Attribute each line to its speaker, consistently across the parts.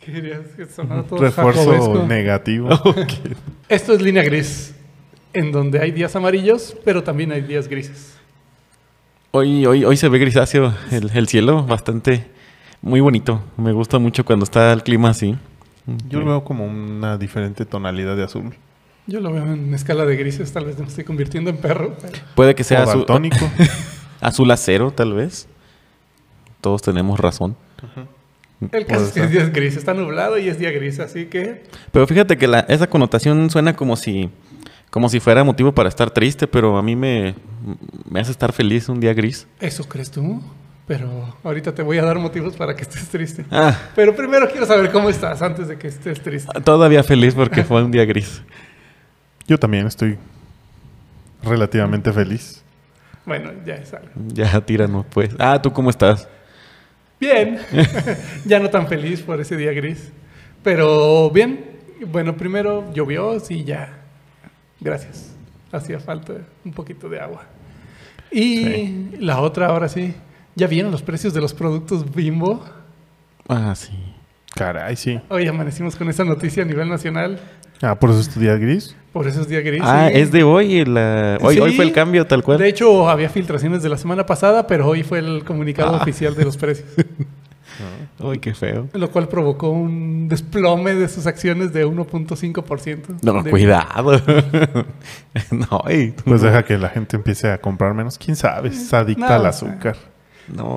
Speaker 1: Querías que sonara todo
Speaker 2: Refuerzo
Speaker 1: jacobesco.
Speaker 2: negativo.
Speaker 1: Esto es línea gris, en donde hay días amarillos, pero también hay días grises.
Speaker 3: Hoy, hoy, hoy se ve grisáceo el, el cielo, bastante muy bonito. Me gusta mucho cuando está el clima así.
Speaker 2: Yo lo veo como una diferente tonalidad de azul.
Speaker 1: Yo lo veo en escala de grises, tal vez me estoy convirtiendo en perro. pero-
Speaker 3: Puede que
Speaker 2: O
Speaker 3: sea azul,
Speaker 2: daltónico.
Speaker 3: azul acero, tal vez. Todos tenemos razón.
Speaker 1: El caso es que
Speaker 2: ser.
Speaker 1: es días gris, está nublado y es día gris, así que
Speaker 3: Pero fíjate que la- esa connotación suena como si, como si fuera motivo para estar triste, pero a mí me, me hace estar feliz un día gris.
Speaker 1: eso crees tú. Pero ahorita te voy a dar motivos para que estés triste.
Speaker 3: Ah,
Speaker 1: Pero primero quiero saber cómo estás antes de que estés triste.
Speaker 3: todavía feliz porque fue un día gris.
Speaker 2: Yo también estoy relativamente feliz.
Speaker 1: Bueno, ya es algo.
Speaker 3: Ya, tíranos pues. Ah, ¿tú cómo estás?
Speaker 1: Bien, ya no tan feliz por ese día gris. Pero bien, bueno, primero llovió, sí, ya. Gracias. Hacía falta un poquito de agua. Y la otra, ahora sí, ¿ya vieron los precios de los productos bimbo?
Speaker 3: Ah, sí.
Speaker 2: Caray, sí.
Speaker 1: Hoy amanecimos con esa noticia a nivel nacional.
Speaker 2: Ah, por eso es tu día gris.
Speaker 1: Por esos días gris.
Speaker 3: Ah,
Speaker 1: sí.
Speaker 3: es de hoy. la- Hoy, hoy
Speaker 1: Sí.
Speaker 3: fue el cambio, tal cual.
Speaker 1: De hecho, había filtraciones de la semana pasada, pero hoy fue el comunicado
Speaker 3: Ah.
Speaker 1: oficial de los precios.
Speaker 3: Ay, qué feo.
Speaker 1: Lo cual provocó un desplome de sus acciones de 1.5%.
Speaker 3: No,
Speaker 1: De-
Speaker 3: cuidado. no, ey, tú-
Speaker 2: Pues deja que la gente empiece a comprar menos. ¿Quién sabe? Es adicta
Speaker 1: No,
Speaker 2: al
Speaker 1: o sea.
Speaker 2: azúcar.
Speaker 3: no.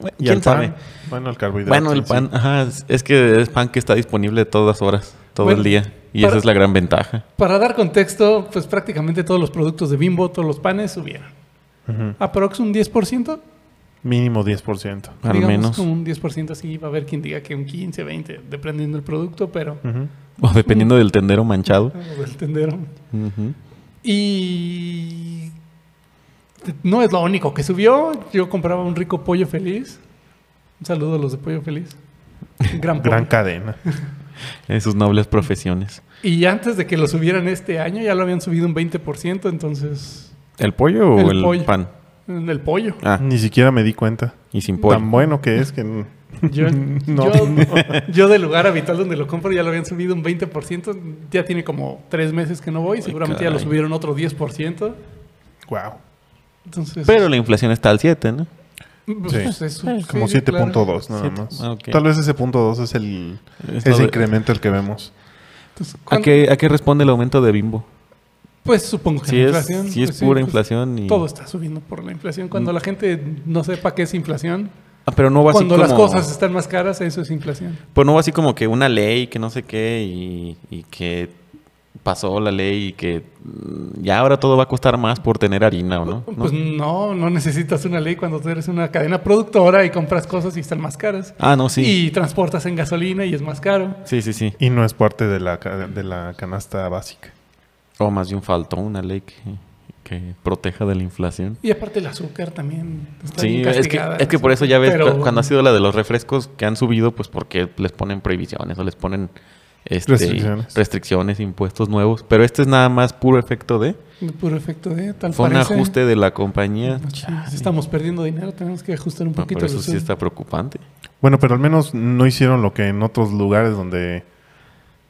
Speaker 3: Bueno,
Speaker 2: Y
Speaker 3: ¿Quién
Speaker 2: al pan.
Speaker 3: sabe?
Speaker 2: Bueno, al carbohidrato.
Speaker 3: Bueno, el
Speaker 2: en sí.
Speaker 3: pan, ajá, es- es que es pan que está disponible todas horas, todo
Speaker 1: Bueno,
Speaker 3: el día. Y
Speaker 1: para-
Speaker 3: esa es la gran ventaja.
Speaker 1: Para dar contexto, pues prácticamente todos los productos de Bimbo, todos los panes subieron.
Speaker 2: Ujú.
Speaker 1: Aprox un 10%,
Speaker 2: Mínimo 10%.
Speaker 3: Al
Speaker 1: digamos
Speaker 3: menos.
Speaker 1: como un 10% así, va a haber quien diga que un 15, 20, dependiendo del producto, pero
Speaker 2: Ujú.
Speaker 3: O dependiendo del tendero manchado.
Speaker 1: ah, del tendero.
Speaker 3: Ujú.
Speaker 1: Y no es lo único que subió, yo compraba un rico pollo feliz. Un saludo a los de Pollo Feliz. Gran pollo.
Speaker 2: Gran cadena.
Speaker 3: En sus nobles profesiones.
Speaker 1: Y antes de que lo subieran este año, ya lo habían subido un 20%, entonces
Speaker 3: ¿El pollo o
Speaker 1: El
Speaker 3: el
Speaker 1: pollo.
Speaker 3: pan?
Speaker 1: en el pollo.
Speaker 3: Ah,
Speaker 2: Ni siquiera me di cuenta.
Speaker 3: y sin pollo.
Speaker 2: Tan bueno que es que... n-
Speaker 1: Yo,
Speaker 2: No.
Speaker 1: yo, yo del lugar habitual donde lo compro ya lo habían subido un 20%. Ya tiene como tres meses que no voy. Seguramente ya lo
Speaker 3: caray.
Speaker 1: subieron otro 10%.
Speaker 2: Wow.
Speaker 1: Entonces,
Speaker 3: Pero la inflación está al 7, ¿no?
Speaker 1: pues,
Speaker 2: Sí.
Speaker 1: es
Speaker 3: Como
Speaker 1: un-
Speaker 2: Como
Speaker 1: sí, sí, claro.
Speaker 2: 7.2 nada
Speaker 3: Siete.
Speaker 2: más.
Speaker 3: Ah, ok.
Speaker 2: Tal vez ese punto 2 es el
Speaker 3: Es lo
Speaker 2: ese
Speaker 3: de-
Speaker 2: incremento el que vemos.
Speaker 1: Entonces,
Speaker 3: ¿A
Speaker 1: ¿cuán-
Speaker 3: qué, ¿A qué responde el aumento de Bimbo?
Speaker 1: Pues supongo que
Speaker 3: Si
Speaker 1: la
Speaker 3: es,
Speaker 1: inflación.
Speaker 3: si es
Speaker 1: pues, sí,
Speaker 3: pura
Speaker 1: pues,
Speaker 3: inflación y...
Speaker 1: Todo está subiendo por la inflación. Cuando la gente no sepa qué es inflación,
Speaker 3: Ah, pero no va así
Speaker 1: cuando las
Speaker 3: como-
Speaker 1: cosas están más caras, eso es inflación.
Speaker 3: Pero pues no va así como que una ley, que no sé qué, y, y que pasó la ley y que mm, ya ahora todo va a costar más por tener harina, ¿o no? ¿No?
Speaker 1: Pues no, no necesitas una ley cuando tú eres una cadena productora y compras cosas y están más caras.
Speaker 3: ah, no, sí.
Speaker 1: Y transportas en gasolina y es más caro.
Speaker 3: Sí, sí, sí.
Speaker 2: Y no es parte de la, ca- de la canasta básica.
Speaker 3: O más bien faltó una ley que, que proteja de la inflación.
Speaker 1: Y aparte el azúcar también está
Speaker 3: Sí,
Speaker 1: bien
Speaker 3: es que,
Speaker 1: castigada.
Speaker 3: es que por eso ya ves
Speaker 1: Pero-
Speaker 3: cu- cuando ha sido la de los refrescos que han subido, pues porque les ponen prohibiciones o les ponen este,
Speaker 2: Restricciones.
Speaker 3: restricciones, impuestos nuevos. Pero este es nada más puro efecto de...
Speaker 1: de Puro efecto de tal
Speaker 3: Fue un
Speaker 1: parece.
Speaker 3: ajuste de la compañía.
Speaker 1: Pues sí, si estamos perdiendo dinero, tenemos que ajustar un
Speaker 3: No,
Speaker 1: poquito
Speaker 3: pero eso
Speaker 1: los
Speaker 3: sí está preocupante.
Speaker 2: Bueno, pero al menos no hicieron lo que en otros lugares donde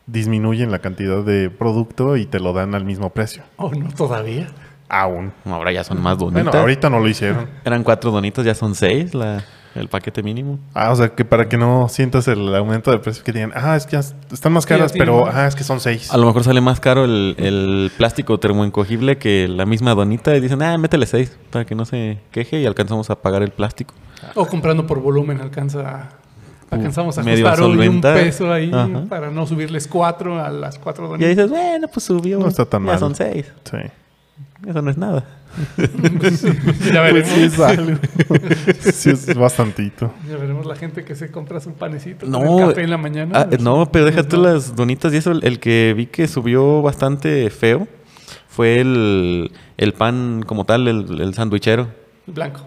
Speaker 2: disminuyen la cantidad de producto y te lo dan al mismo precio.
Speaker 1: Oh, no, todavía.
Speaker 2: Aún.
Speaker 3: Ahora ya son más donitas.
Speaker 2: Bueno, ahorita no lo hicieron.
Speaker 3: Eran cuatro donitas, ya son seis la, el paquete mínimo.
Speaker 2: Ah, o sea, que para que no sientas el aumento de precio que tienen. Ah, es que ya están más
Speaker 1: Sí, ya
Speaker 2: caras,
Speaker 1: tienen
Speaker 2: pero
Speaker 1: más.
Speaker 2: ah, es que son seis.
Speaker 3: A lo mejor sale más caro el, el plástico termoencogible que la misma donita y dicen, ah, métele seis para que no se queje y alcanzamos a pagar el plástico.
Speaker 1: O comprando por volumen alcanza a- Alcanzamos a
Speaker 3: Uh, medio a
Speaker 1: ajustar hoy un
Speaker 3: solventar.
Speaker 1: peso ahí
Speaker 3: Ajá.
Speaker 1: para no subirles cuatro a las cuatro
Speaker 3: Y ahí
Speaker 1: donitas.
Speaker 3: dices, bueno, pues subió.
Speaker 2: No está tan
Speaker 3: ya
Speaker 2: mal.
Speaker 3: son seis.
Speaker 2: Sí.
Speaker 3: Eso no es nada.
Speaker 1: ya
Speaker 3: pues,
Speaker 1: veremos.
Speaker 2: sí es algo. sí es bastantito.
Speaker 1: Ya veremos la gente que se compra su panecito
Speaker 3: No,
Speaker 1: con el café en la mañana.
Speaker 3: Ah, no, pero deja
Speaker 1: Pues
Speaker 3: tú
Speaker 1: no.
Speaker 3: las donitas y eso. El, el que vi que subió bastante feo fue el, el pan como tal, el, el sandwichero.
Speaker 1: El blanco.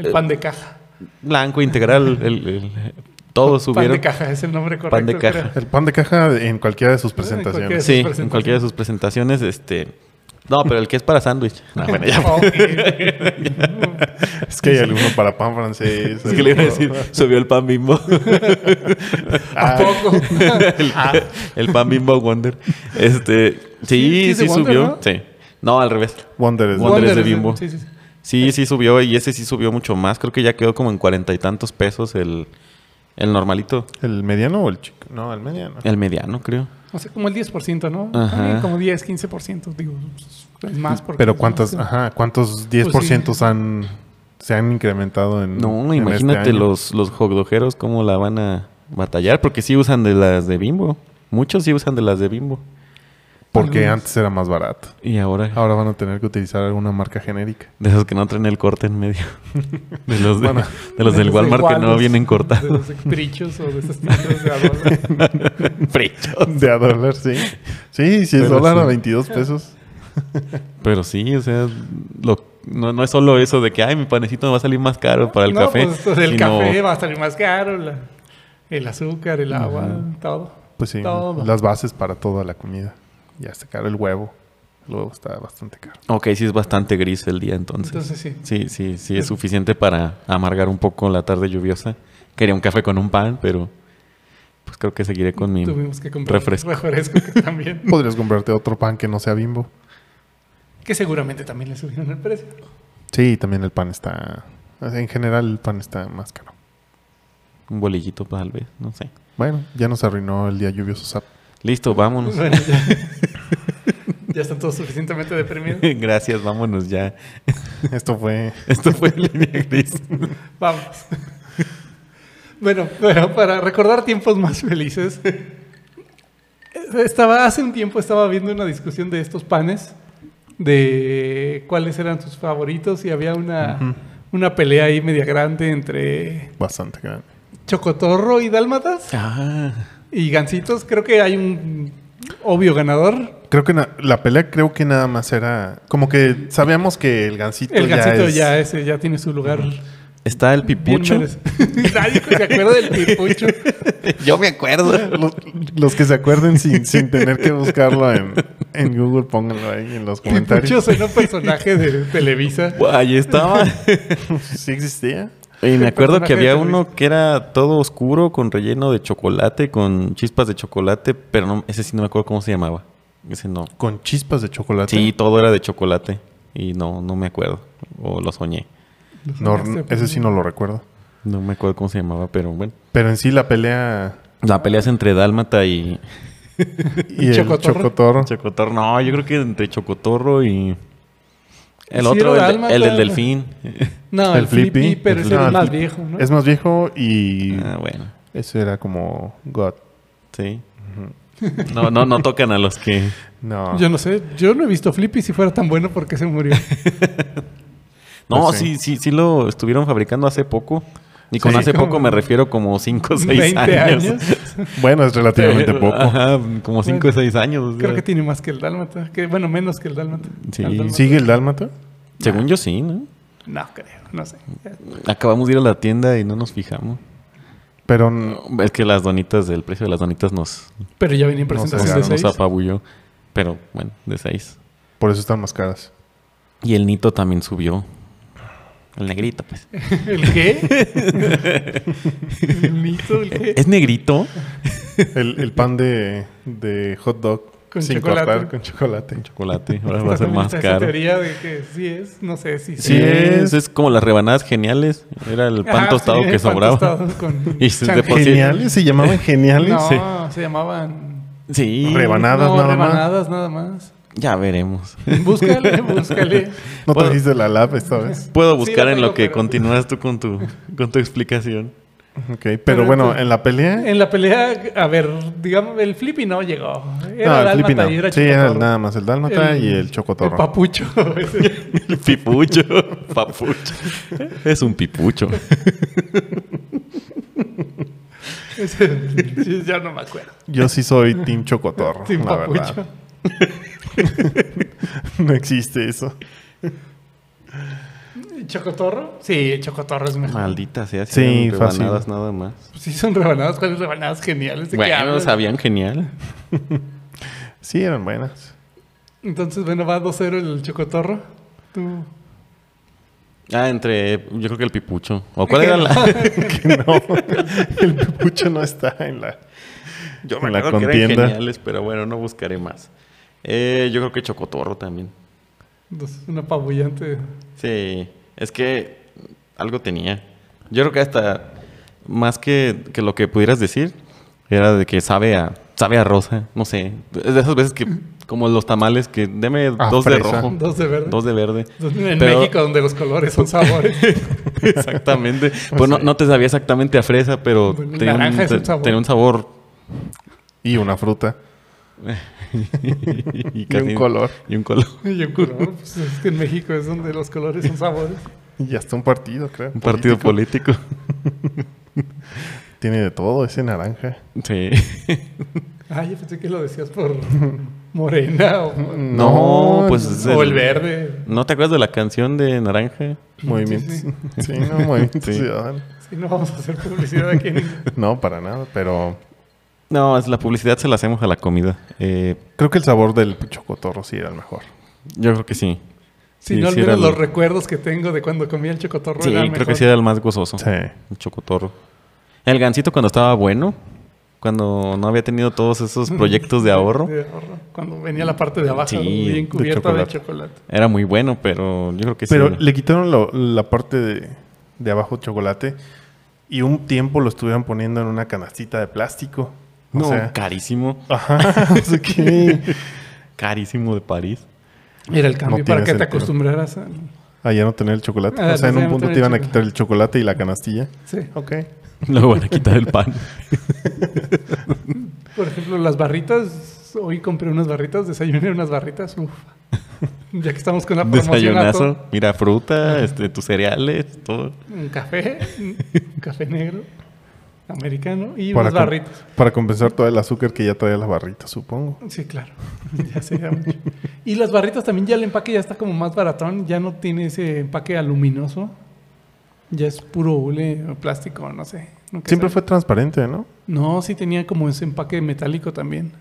Speaker 3: Eh,
Speaker 1: El pan de caja.
Speaker 3: Blanco, integral, el- el- todos
Speaker 1: Pan
Speaker 3: subieron.
Speaker 1: de caja es el nombre correcto.
Speaker 3: Pan de
Speaker 1: creo.
Speaker 3: caja.
Speaker 2: El pan de caja en cualquiera de sus
Speaker 1: cualquiera.
Speaker 2: presentaciones.
Speaker 3: Sí,
Speaker 1: sus
Speaker 3: en cualquiera de sus presentaciones, este, No, pero el que es para sándwich. No, Ah, bueno, ya.
Speaker 1: Oh.
Speaker 2: Es que hay alguno para pan francés.
Speaker 3: Es que le iba a decir, subió el pan bimbo.
Speaker 1: ¿A poco? Ah.
Speaker 3: el, el pan bimbo Wonder. Este,
Speaker 1: Sí,
Speaker 3: sí, sí,
Speaker 1: sí es de Wonder,
Speaker 3: subió.
Speaker 1: ¿no?
Speaker 3: Sí. No, al revés.
Speaker 2: Wonder es-
Speaker 3: Wonder.
Speaker 2: Wonder.
Speaker 3: es de Bimbo.
Speaker 1: Sí, sí, sí.
Speaker 3: Sí, sí subió y ese sí subió mucho más. Creo que ya quedó como en cuarenta y tantos pesos el, el normalito.
Speaker 2: ¿El mediano o el chico? No, el mediano.
Speaker 3: El mediano, creo.
Speaker 1: O sea, como el 10%, ¿no?
Speaker 3: Ajá.
Speaker 1: También como 10, 15%, digo, pues, es más porque...
Speaker 2: Pero
Speaker 1: es
Speaker 2: ¿cuántos,
Speaker 1: más,
Speaker 2: ajá,
Speaker 3: Pues
Speaker 2: cuántos 10% han, se han incrementado en. en
Speaker 3: No,
Speaker 2: este
Speaker 3: imagínate
Speaker 2: año?
Speaker 3: los, los hogdojeros cómo la van a batallar. Porque sí usan de las de bimbo. Muchos sí usan de las de bimbo.
Speaker 2: Porque
Speaker 1: Algunos.
Speaker 2: antes era más barato.
Speaker 3: Y ahora,
Speaker 2: Ahora van a tener que utilizar alguna marca genérica.
Speaker 3: de esos que no traen el corte en medio. De los, de-
Speaker 2: Bueno,
Speaker 3: de los del Walmart que no vienen
Speaker 1: De
Speaker 3: cortados.
Speaker 1: los prichos o de esas tiendas de adorno.
Speaker 3: Fritos.
Speaker 2: De a dólar, sí. Sí, si es
Speaker 3: Pero
Speaker 2: dólar
Speaker 3: sí.
Speaker 2: a 22 pesos.
Speaker 3: Pero sí, o sea, lo- no, no es solo eso de que, ay, mi panecito me va a salir más caro para el
Speaker 1: No,
Speaker 3: café.
Speaker 1: pues, el
Speaker 3: sino-
Speaker 1: café va a salir más caro, la- el azúcar, el agua, todo.
Speaker 2: Pues sí,
Speaker 1: Todo.
Speaker 2: las bases para toda la comida. Ya está caro el huevo. El huevo está bastante caro.
Speaker 3: Ok, sí es bastante gris el día entonces.
Speaker 1: Entonces sí.
Speaker 3: sí, sí, sí es suficiente para amargar un poco la tarde lluviosa. Quería un café con un pan, pero pues creo que seguiré con mi...
Speaker 1: Tuvimos que comprar
Speaker 3: refresco.
Speaker 1: refresco que también.
Speaker 2: Podrías comprarte otro pan que no sea bimbo.
Speaker 1: que seguramente también le subieron el precio.
Speaker 2: Sí, también el pan está. En general, el pan está más caro.
Speaker 3: Un bolillito tal vez, no sé.
Speaker 2: Bueno, ya nos arruinó el día lluvioso. Zap.
Speaker 3: Listo, vámonos.
Speaker 1: Bueno, ya. ya están todos suficientemente deprimidos.
Speaker 3: Gracias, vámonos ya.
Speaker 2: Esto fue.
Speaker 3: Esto fue Línea Gris.
Speaker 1: Vamos. Bueno, bueno, para recordar tiempos más felices, estaba hace un tiempo estaba viendo una discusión de estos panes, de cuáles eran sus favoritos y había una, una pelea ahí media grande entre
Speaker 2: Bastante grande.
Speaker 1: Chocotorro y Dálmatas
Speaker 3: Ah,
Speaker 1: y Gancitos. Creo que hay un obvio ganador.
Speaker 2: Creo que na- la pelea, creo que nada más era. Como que sabíamos que el gancito,
Speaker 1: El Gancito ya,
Speaker 2: es.
Speaker 1: ese ya tiene su lugar.
Speaker 3: está el
Speaker 1: bien
Speaker 3: pipucho.
Speaker 1: merecido. Nadie se acuerda del pipucho.
Speaker 3: Yo me acuerdo.
Speaker 2: Los, los que se acuerden sin, sin tener que buscarlo en, en Google, pónganlo ahí en los
Speaker 1: Pipucho
Speaker 2: comentarios.
Speaker 1: suena un personaje de Televisa.
Speaker 3: Ahí estaba.
Speaker 2: ¿Sí existía?
Speaker 3: Y me acuerdo que
Speaker 1: personaje de
Speaker 3: había uno que era todo oscuro con relleno de chocolate, con chispas de chocolate, pero no, ese sí no me acuerdo cómo se llamaba. Ese no.
Speaker 2: Con chispas de chocolate.
Speaker 3: Sí, todo era de chocolate y no, no me acuerdo. O lo soñé.
Speaker 2: No, ese sí no lo recuerdo.
Speaker 3: No me acuerdo cómo se llamaba, pero bueno.
Speaker 2: Pero en sí la pelea
Speaker 3: La pelea es entre Dálmata y
Speaker 2: y el
Speaker 1: Chocotorro.
Speaker 2: chocotorro.
Speaker 3: Chocotorro. No, yo creo que entre Chocotorro y... El
Speaker 1: Sí,
Speaker 3: otro,
Speaker 1: era
Speaker 3: el, de- el
Speaker 1: Dálmata.
Speaker 3: del delfín.
Speaker 1: No, Ah, el, flippy, pero
Speaker 2: el
Speaker 1: ese es
Speaker 2: Flippy.
Speaker 1: más viejo, ¿no?
Speaker 2: Es más viejo y
Speaker 3: Ah, bueno.
Speaker 2: eso era como God.
Speaker 3: Sí. No, no, no tocan a los que...
Speaker 2: No.
Speaker 1: Yo no sé, yo no he visto Flippy si fuera tan bueno porque se murió.
Speaker 3: No,
Speaker 2: Pues sí.
Speaker 3: sí. sí, sí, lo estuvieron fabricando hace poco. Y con
Speaker 2: Sí,
Speaker 3: hace
Speaker 1: como-
Speaker 3: poco me refiero como 5 o 6
Speaker 1: 20 años.
Speaker 3: años.
Speaker 2: Bueno, es relativamente
Speaker 1: Ah,
Speaker 3: Pero,
Speaker 2: poco.
Speaker 3: Ajá, como 5 o
Speaker 1: Bueno,
Speaker 3: 6 años. o
Speaker 1: Creo que
Speaker 3: sea.
Speaker 1: tiene más que el Dálmata. Que, bueno, menos que el Dálmata.
Speaker 3: Sí.
Speaker 1: Al Dálmata.
Speaker 2: ¿Sigue el dálmata?
Speaker 3: Según yo sí, ¿no?
Speaker 1: No, creo, no sé.
Speaker 3: Acabamos de ir a la tienda y no nos fijamos.
Speaker 2: Pero n-
Speaker 3: Es que las donitas, el precio de las donitas nos,
Speaker 1: Pero ya venía en
Speaker 2: No sé,
Speaker 1: presentación
Speaker 2: ya
Speaker 1: de
Speaker 2: no
Speaker 3: nos
Speaker 1: seis.
Speaker 3: apabulló. Pero bueno, de 6.
Speaker 2: por eso están más caras.
Speaker 3: Y el Nito también subió. El negrito, pues.
Speaker 1: ¿El qué? ¿El mito? ¿El qué?
Speaker 3: ¿Es negrito?
Speaker 2: El, el pan de, de hot dog
Speaker 1: Con
Speaker 2: sin
Speaker 1: chocolate.
Speaker 2: cortar con chocolate.
Speaker 3: Chocolate, ahora va a ser más
Speaker 1: Está esa
Speaker 3: caro.
Speaker 1: teoría de que sí es, no sé si
Speaker 3: Sí, es, es como las rebanadas geniales. Era el pan
Speaker 1: Ajá,
Speaker 3: tostado
Speaker 1: sí,
Speaker 3: que
Speaker 1: pan
Speaker 3: sobraba.
Speaker 1: tostado con
Speaker 3: Y se- de
Speaker 1: chanque.
Speaker 3: por sí-
Speaker 2: ¿Geniales? ¿Se llamaban geniales?
Speaker 1: No,
Speaker 2: Sí.
Speaker 1: se llamaban
Speaker 3: Sí,
Speaker 2: Rebana- Rebanadas
Speaker 1: no,
Speaker 2: nada más.
Speaker 1: rebanadas nada más.
Speaker 3: ya veremos.
Speaker 1: Búscale, búscale.
Speaker 2: No
Speaker 3: Bueno.
Speaker 2: trajiste la lab esta vez.
Speaker 3: Puedo
Speaker 1: Sí,
Speaker 3: buscar
Speaker 1: lo
Speaker 3: en lo
Speaker 1: tengo,
Speaker 3: que
Speaker 1: pero-
Speaker 3: continúas tú con tu, con tu explicación.
Speaker 2: Ok, pero,
Speaker 1: Pero
Speaker 2: bueno,
Speaker 1: tú-
Speaker 2: en la pelea...
Speaker 1: En la pelea, a ver, digamos, el Flippy no llegó.
Speaker 2: no,
Speaker 1: Era
Speaker 2: el
Speaker 1: el
Speaker 2: Flippy no.
Speaker 1: y era
Speaker 2: Sí, era
Speaker 1: Chocotorro.
Speaker 2: nada más el dálmata
Speaker 1: El-
Speaker 2: y el
Speaker 1: El
Speaker 2: chocotorro.
Speaker 1: papucho. ese.
Speaker 3: El pipucho. Papucho. Es un pipucho.
Speaker 1: ese- ya no me acuerdo.
Speaker 2: Yo sí soy team chocotorro,
Speaker 1: Sin
Speaker 2: Oh, la
Speaker 1: papucho.
Speaker 2: verdad. No existe eso.
Speaker 1: ¿Y ¿Chocotorro? Sí, el chocotorro es mejor.
Speaker 3: Maldita sea. si
Speaker 2: Sí,
Speaker 3: eran
Speaker 2: fácil.
Speaker 3: rebanadas nada más.
Speaker 1: Sí, son rebanadas, cuáles rebanadas geniales. ¿De qué
Speaker 3: Bueno,
Speaker 1: hablas?
Speaker 3: sabían genial.
Speaker 2: Sí, eran buenas.
Speaker 1: Entonces, bueno, va 2-0 el Chocotorro. Tú.
Speaker 3: Ah, entre. Yo creo que el pipucho. ¿O cuál era la.?
Speaker 2: Que no. El pucho no está en la.
Speaker 3: Yo me
Speaker 2: En la
Speaker 3: acuerdo que eran
Speaker 2: contienda.
Speaker 3: geniales, pero bueno, no buscaré más. Eh, yo creo que Chocotorro también.
Speaker 1: Dos, un apabullante.
Speaker 3: Sí, es que algo tenía. Yo creo que hasta más que, que lo que pudieras decir, era de que sabe a, sabe a rosa, no sé. Es de esas veces que, como los tamales, que deme
Speaker 2: A
Speaker 3: dos de
Speaker 2: fresa.
Speaker 3: rojo,
Speaker 1: Dos de verde.
Speaker 3: dos de verde.
Speaker 1: En
Speaker 3: Pero-
Speaker 1: México, donde los colores son sabores.
Speaker 3: exactamente. Pues no, no te sabía exactamente a fresa, pero
Speaker 1: Bueno,
Speaker 3: tenía un,
Speaker 1: naranja es un
Speaker 3: te-
Speaker 1: sabor.
Speaker 3: tenía un sabor
Speaker 2: Y una fruta. Y
Speaker 3: y,
Speaker 2: un
Speaker 3: casi-
Speaker 2: color.
Speaker 3: y un color.
Speaker 1: Y yo, color, pues es que en México es donde los colores son sabores.
Speaker 2: Y hasta un partido, creo.
Speaker 3: Un partido
Speaker 2: político.
Speaker 3: político.
Speaker 2: Tiene de todo, ese naranja.
Speaker 3: Sí.
Speaker 1: Ah, yo pensé que lo decías por morena o, por-
Speaker 3: No, pues, es
Speaker 1: o
Speaker 3: el-
Speaker 1: el verde.
Speaker 3: ¿No te acuerdas de la canción de Naranja?
Speaker 2: Movimiento.
Speaker 1: Sí,
Speaker 2: Sí, no, movimiento
Speaker 3: Sí.
Speaker 2: ciudadano.
Speaker 1: Sí, no vamos a hacer publicidad aquí. en-
Speaker 2: No, para nada, pero
Speaker 3: No, es la publicidad se la hacemos a la comida. Eh,
Speaker 2: creo que el sabor del chocotorro sí era el mejor.
Speaker 3: yo creo que sí.
Speaker 1: Si
Speaker 3: Sí,
Speaker 1: no, al
Speaker 3: sí era
Speaker 1: menos los
Speaker 3: el-
Speaker 1: recuerdos que tengo de cuando comía el chocotorro.
Speaker 3: Sí,
Speaker 1: era
Speaker 3: creo
Speaker 1: mejor.
Speaker 3: que sí era el más gozoso.
Speaker 2: Sí.
Speaker 3: El chocotorro. El gancito cuando estaba bueno, cuando no había tenido todos esos proyectos de ahorro,
Speaker 1: De ahorro. Cuando venía la parte de abajo
Speaker 3: Sí,
Speaker 1: bien
Speaker 3: de
Speaker 1: cubierta de
Speaker 2: chocolate.
Speaker 1: chocolate.
Speaker 3: era muy bueno, pero yo creo que
Speaker 2: Pero
Speaker 3: sí.
Speaker 2: le quitaron lo- la parte de, de abajo chocolate y un tiempo lo estuvieron poniendo en una canastita de plástico. O
Speaker 3: No,
Speaker 2: sea,
Speaker 3: carísimo.
Speaker 2: ajá, o sea que
Speaker 3: Carísimo de París.
Speaker 1: Era el cambio
Speaker 2: No
Speaker 1: para que
Speaker 2: tiene
Speaker 1: te
Speaker 2: sentido.
Speaker 1: acostumbraras a...
Speaker 2: a ya no tener el chocolate.
Speaker 1: Ah,
Speaker 2: o sea, en
Speaker 1: no,
Speaker 2: un
Speaker 1: ya no
Speaker 2: punto
Speaker 1: tener
Speaker 2: te iban a
Speaker 1: chocolate.
Speaker 2: quitar el chocolate y la canastilla.
Speaker 1: Sí.
Speaker 2: Ok.
Speaker 3: Luego van a quitar el pan.
Speaker 1: Por ejemplo, las barritas. Hoy compré unas barritas, desayuné unas barritas. Uf. Ya que estamos con la promoción. a todo.
Speaker 3: Desayunazo. Mira, fruta, este, tus cereales, todo.
Speaker 1: Un café, un café negro, americano y
Speaker 2: Para,
Speaker 1: unas
Speaker 2: com-
Speaker 1: barritas.
Speaker 2: para compensar todo el azúcar que ya traía las barritas, supongo.
Speaker 1: Sí, claro. Ya se da mucho. Y las barritas también ya el empaque ya está como más baratón, ya no tiene ese empaque aluminoso. Ya es puro hule o plástico, no sé. nunca
Speaker 2: Siempre
Speaker 1: sabe.
Speaker 2: fue transparente, ¿no?
Speaker 1: No, sí tenía como ese empaque metálico también.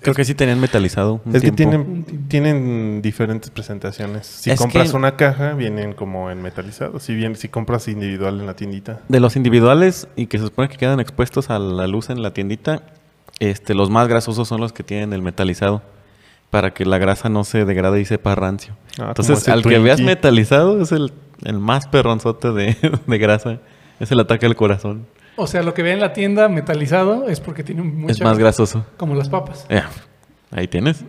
Speaker 3: Creo que sí tenían metalizado. un
Speaker 2: es que
Speaker 3: Mm, tiempo.
Speaker 1: Un
Speaker 2: tienen,
Speaker 1: tiempo.
Speaker 2: tienen diferentes presentaciones. Si
Speaker 3: Es
Speaker 2: compras
Speaker 3: que-
Speaker 2: una caja, vienen como en metalizado. Si, bien, si compras individual en la tiendita.
Speaker 3: De los individuales y que se supone que quedan expuestos a la luz en la tiendita, este, los más grasosos son los que tienen el metalizado para que la grasa no se degrade y sepa rancio.
Speaker 2: Ah, como
Speaker 3: Entonces,
Speaker 2: ese
Speaker 3: al que veas
Speaker 2: Twinkie.
Speaker 3: metalizado es el, el más perronzote de, de grasa. Es el ataque al corazón.
Speaker 1: O sea, lo que ve en la tienda metalizado es porque tiene mucha
Speaker 3: es más grasoso.
Speaker 1: como las papas.
Speaker 3: Eh, ahí tienes.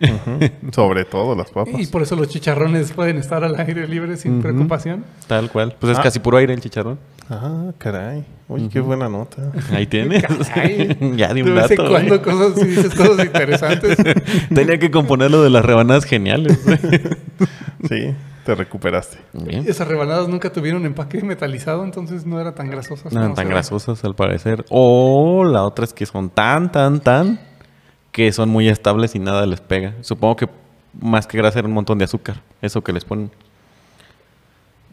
Speaker 2: Ujú. Sobre todo las papas.
Speaker 1: Y por eso los chicharrones pueden estar al aire libre sin
Speaker 3: Ujú.
Speaker 1: preocupación.
Speaker 3: Tal cual. Pues es
Speaker 2: Ah.
Speaker 3: casi puro aire el chicharrón.
Speaker 2: Ah, caray. Oye, qué buena nota.
Speaker 3: Ahí tienes.
Speaker 1: Caray.
Speaker 3: ya
Speaker 1: de
Speaker 3: de un
Speaker 1: vez en
Speaker 3: dato.
Speaker 1: cuando
Speaker 3: eh.
Speaker 1: cosas, sí dices cosas interesantes.
Speaker 3: Tenía que componer lo de las rebanadas geniales.
Speaker 2: Sí, te recuperaste.
Speaker 3: Bien.
Speaker 1: Esas rebanadas nunca tuvieron empaque metalizado, entonces no eran tan grasosas.
Speaker 3: No eran
Speaker 1: como
Speaker 3: tan
Speaker 1: se ve.
Speaker 3: grasosas al parecer. O la otra es que son tan, tan, tan que son muy estables y nada les pega. Supongo que más que grasa era un montón de azúcar. Eso que les ponen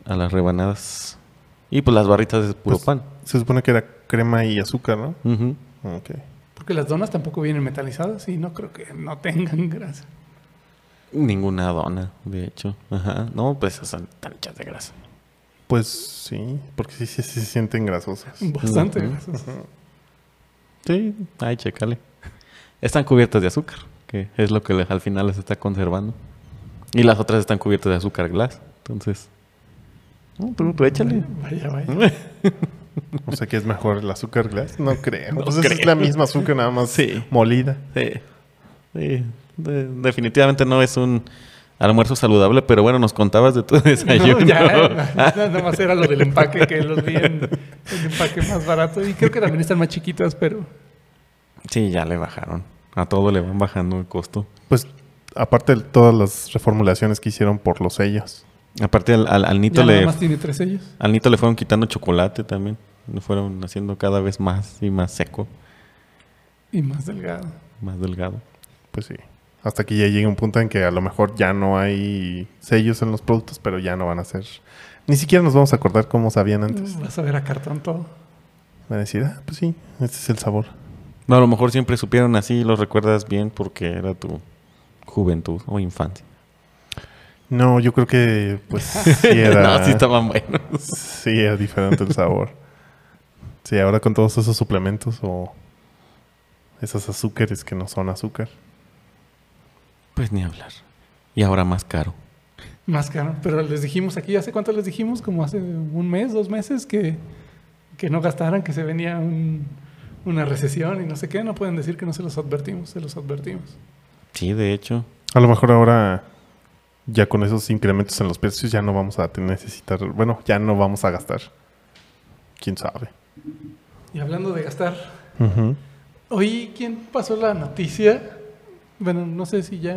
Speaker 3: a las rebanadas. Y pues las barritas es puro
Speaker 2: Pues-
Speaker 3: pan.
Speaker 2: Se supone que era crema y azúcar, ¿no?
Speaker 3: Ujú.
Speaker 2: Ok.
Speaker 1: Porque las donas tampoco vienen metalizadas y no creo que no tengan grasa.
Speaker 3: Ninguna dona, de hecho. Ajá. No, pues son tan hechas de grasa.
Speaker 2: Pues sí, porque sí, sí, sí se sienten grasosas.
Speaker 1: Bastante
Speaker 3: Ujú.
Speaker 1: grasosas.
Speaker 3: Sí, ahí checale. Están cubiertas de azúcar, que es lo que les- al final les está conservando. Y las otras están cubiertas de azúcar glass. Entonces, no, tú, tú échale.
Speaker 1: Vaya, vaya.
Speaker 2: O sea, que es mejor el azúcar glass. No creo.
Speaker 3: No
Speaker 2: Entonces es
Speaker 3: creo.
Speaker 2: la misma azúcar, nada más
Speaker 3: Sí.
Speaker 2: molida.
Speaker 3: Sí. Sí. De- definitivamente no es un almuerzo saludable, pero bueno, nos contabas de tu desayuno.
Speaker 1: No, ya, nada más era lo del empaque que los vi en el empaque más barato. Y creo que también están más chiquitas, pero
Speaker 3: Sí, ya le bajaron. A todo le van bajando el costo.
Speaker 2: Pues aparte de todas las reformulaciones que hicieron por los sellos.
Speaker 3: Aparte, al, al- al Nito
Speaker 1: ya nada
Speaker 3: le,
Speaker 1: más tiene tres sellos.
Speaker 3: al Nito le fueron quitando chocolate también. Lo fueron haciendo cada vez más y más seco,
Speaker 1: Y más delgado.
Speaker 3: más delgado.
Speaker 2: Pues sí. Hasta que ya llegue un punto en que a lo mejor ya no hay sellos en los productos, pero ya no van a ser. Ni siquiera nos vamos a acordar cómo sabían antes.
Speaker 3: Mm.
Speaker 1: Vas a ver a cartón todo.
Speaker 2: Van a decir, ah, pues sí, este es el sabor.
Speaker 3: No, a lo mejor siempre supieron así y los recuerdas bien porque era tu juventud o infancia.
Speaker 2: No, yo creo que pues sí era,
Speaker 3: no, sí estaban buenos.
Speaker 2: sí era diferente el sabor. Sí, ahora con todos esos suplementos o esos azúcares que no son azúcar.
Speaker 3: Pues ni hablar. Y ahora más caro.
Speaker 1: Más caro. Pero les dijimos aquí, ¿hace cuánto les dijimos? Como hace un mes, dos meses, que, que no gastaran, que se venía un- una recesión y no sé qué. No pueden decir que no se los advertimos, se los advertimos.
Speaker 3: Sí, de hecho.
Speaker 2: A lo mejor ahora ya con esos incrementos en los precios ya no vamos a te- necesitar, bueno, ya no vamos a gastar. ¿Quién sabe?
Speaker 1: Y hablando de gastar,
Speaker 2: Ujú.
Speaker 1: hoy, ¿quién pasó la noticia? Bueno, no sé si ya.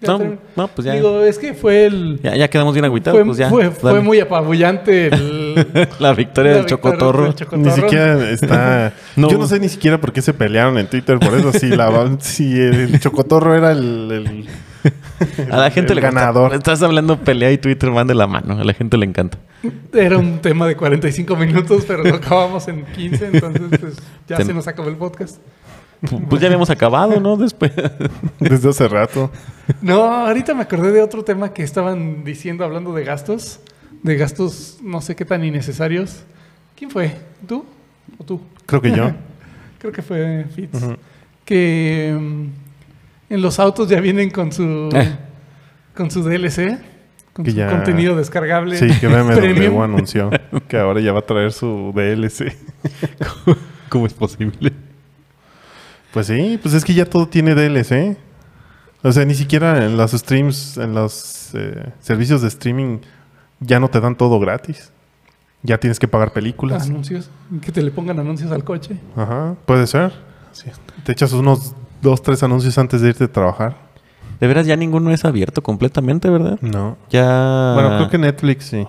Speaker 1: ya
Speaker 3: No,
Speaker 1: terminó.
Speaker 3: no, pues ya,
Speaker 1: Digo, es que fue el.
Speaker 3: ya. ya quedamos bien agüitados.
Speaker 1: fue,
Speaker 3: pues ya.
Speaker 1: fue- fue
Speaker 3: Dale.
Speaker 1: muy apabullante el-
Speaker 3: La victoria
Speaker 1: la
Speaker 3: del
Speaker 1: victoria
Speaker 3: Chocotorro.
Speaker 1: del
Speaker 2: Ni
Speaker 1: Chocotorro.
Speaker 2: siquiera está...
Speaker 3: No.
Speaker 2: Yo no sé ni siquiera por qué se pelearon en Twitter por eso. Si, la, si el chocotorro era el... el-
Speaker 3: A la gente
Speaker 2: el
Speaker 3: le encanta.
Speaker 2: ganador.
Speaker 3: Estás hablando pelea y Twitter van de la mano. A la gente le encanta.
Speaker 1: Era un tema de 45 minutos, pero lo acabamos en 15, entonces pues, ya
Speaker 3: Se-
Speaker 1: se nos acabó el podcast.
Speaker 3: Pues ya habíamos acabado, ¿no? Después.
Speaker 2: Desde hace rato.
Speaker 1: No, ahorita me acordé de otro tema que estaban diciendo, hablando de gastos, de gastos no sé qué tan innecesarios. ¿Quién fue? ¿Tú o tú?
Speaker 2: Creo que yo.
Speaker 1: Creo que fue Fitz. Que mm, en los autos ya vienen con su,
Speaker 3: Eh.
Speaker 1: con su DLC, con
Speaker 2: Que
Speaker 1: su
Speaker 2: ya-
Speaker 1: contenido descargable.
Speaker 2: Sí, que BMW
Speaker 1: Premium.
Speaker 2: anunció que ahora ya va a traer su DLC.
Speaker 3: ¿Cómo es posible?
Speaker 2: Pues sí, pues es que ya todo tiene DLC. O sea, ni siquiera en los streams, en los eh, servicios de streaming, ya no te dan todo gratis. Ya tienes que pagar
Speaker 3: Ah,
Speaker 2: películas.
Speaker 1: Anuncios. Que te le pongan anuncios al coche.
Speaker 2: Ajá, puede ser. Sí. Te echas unos dos, tres anuncios antes de irte a trabajar.
Speaker 3: De veras, ya ninguno es abierto completamente, ¿verdad?
Speaker 2: No.
Speaker 3: Ya.
Speaker 2: Bueno, creo que Netflix sí.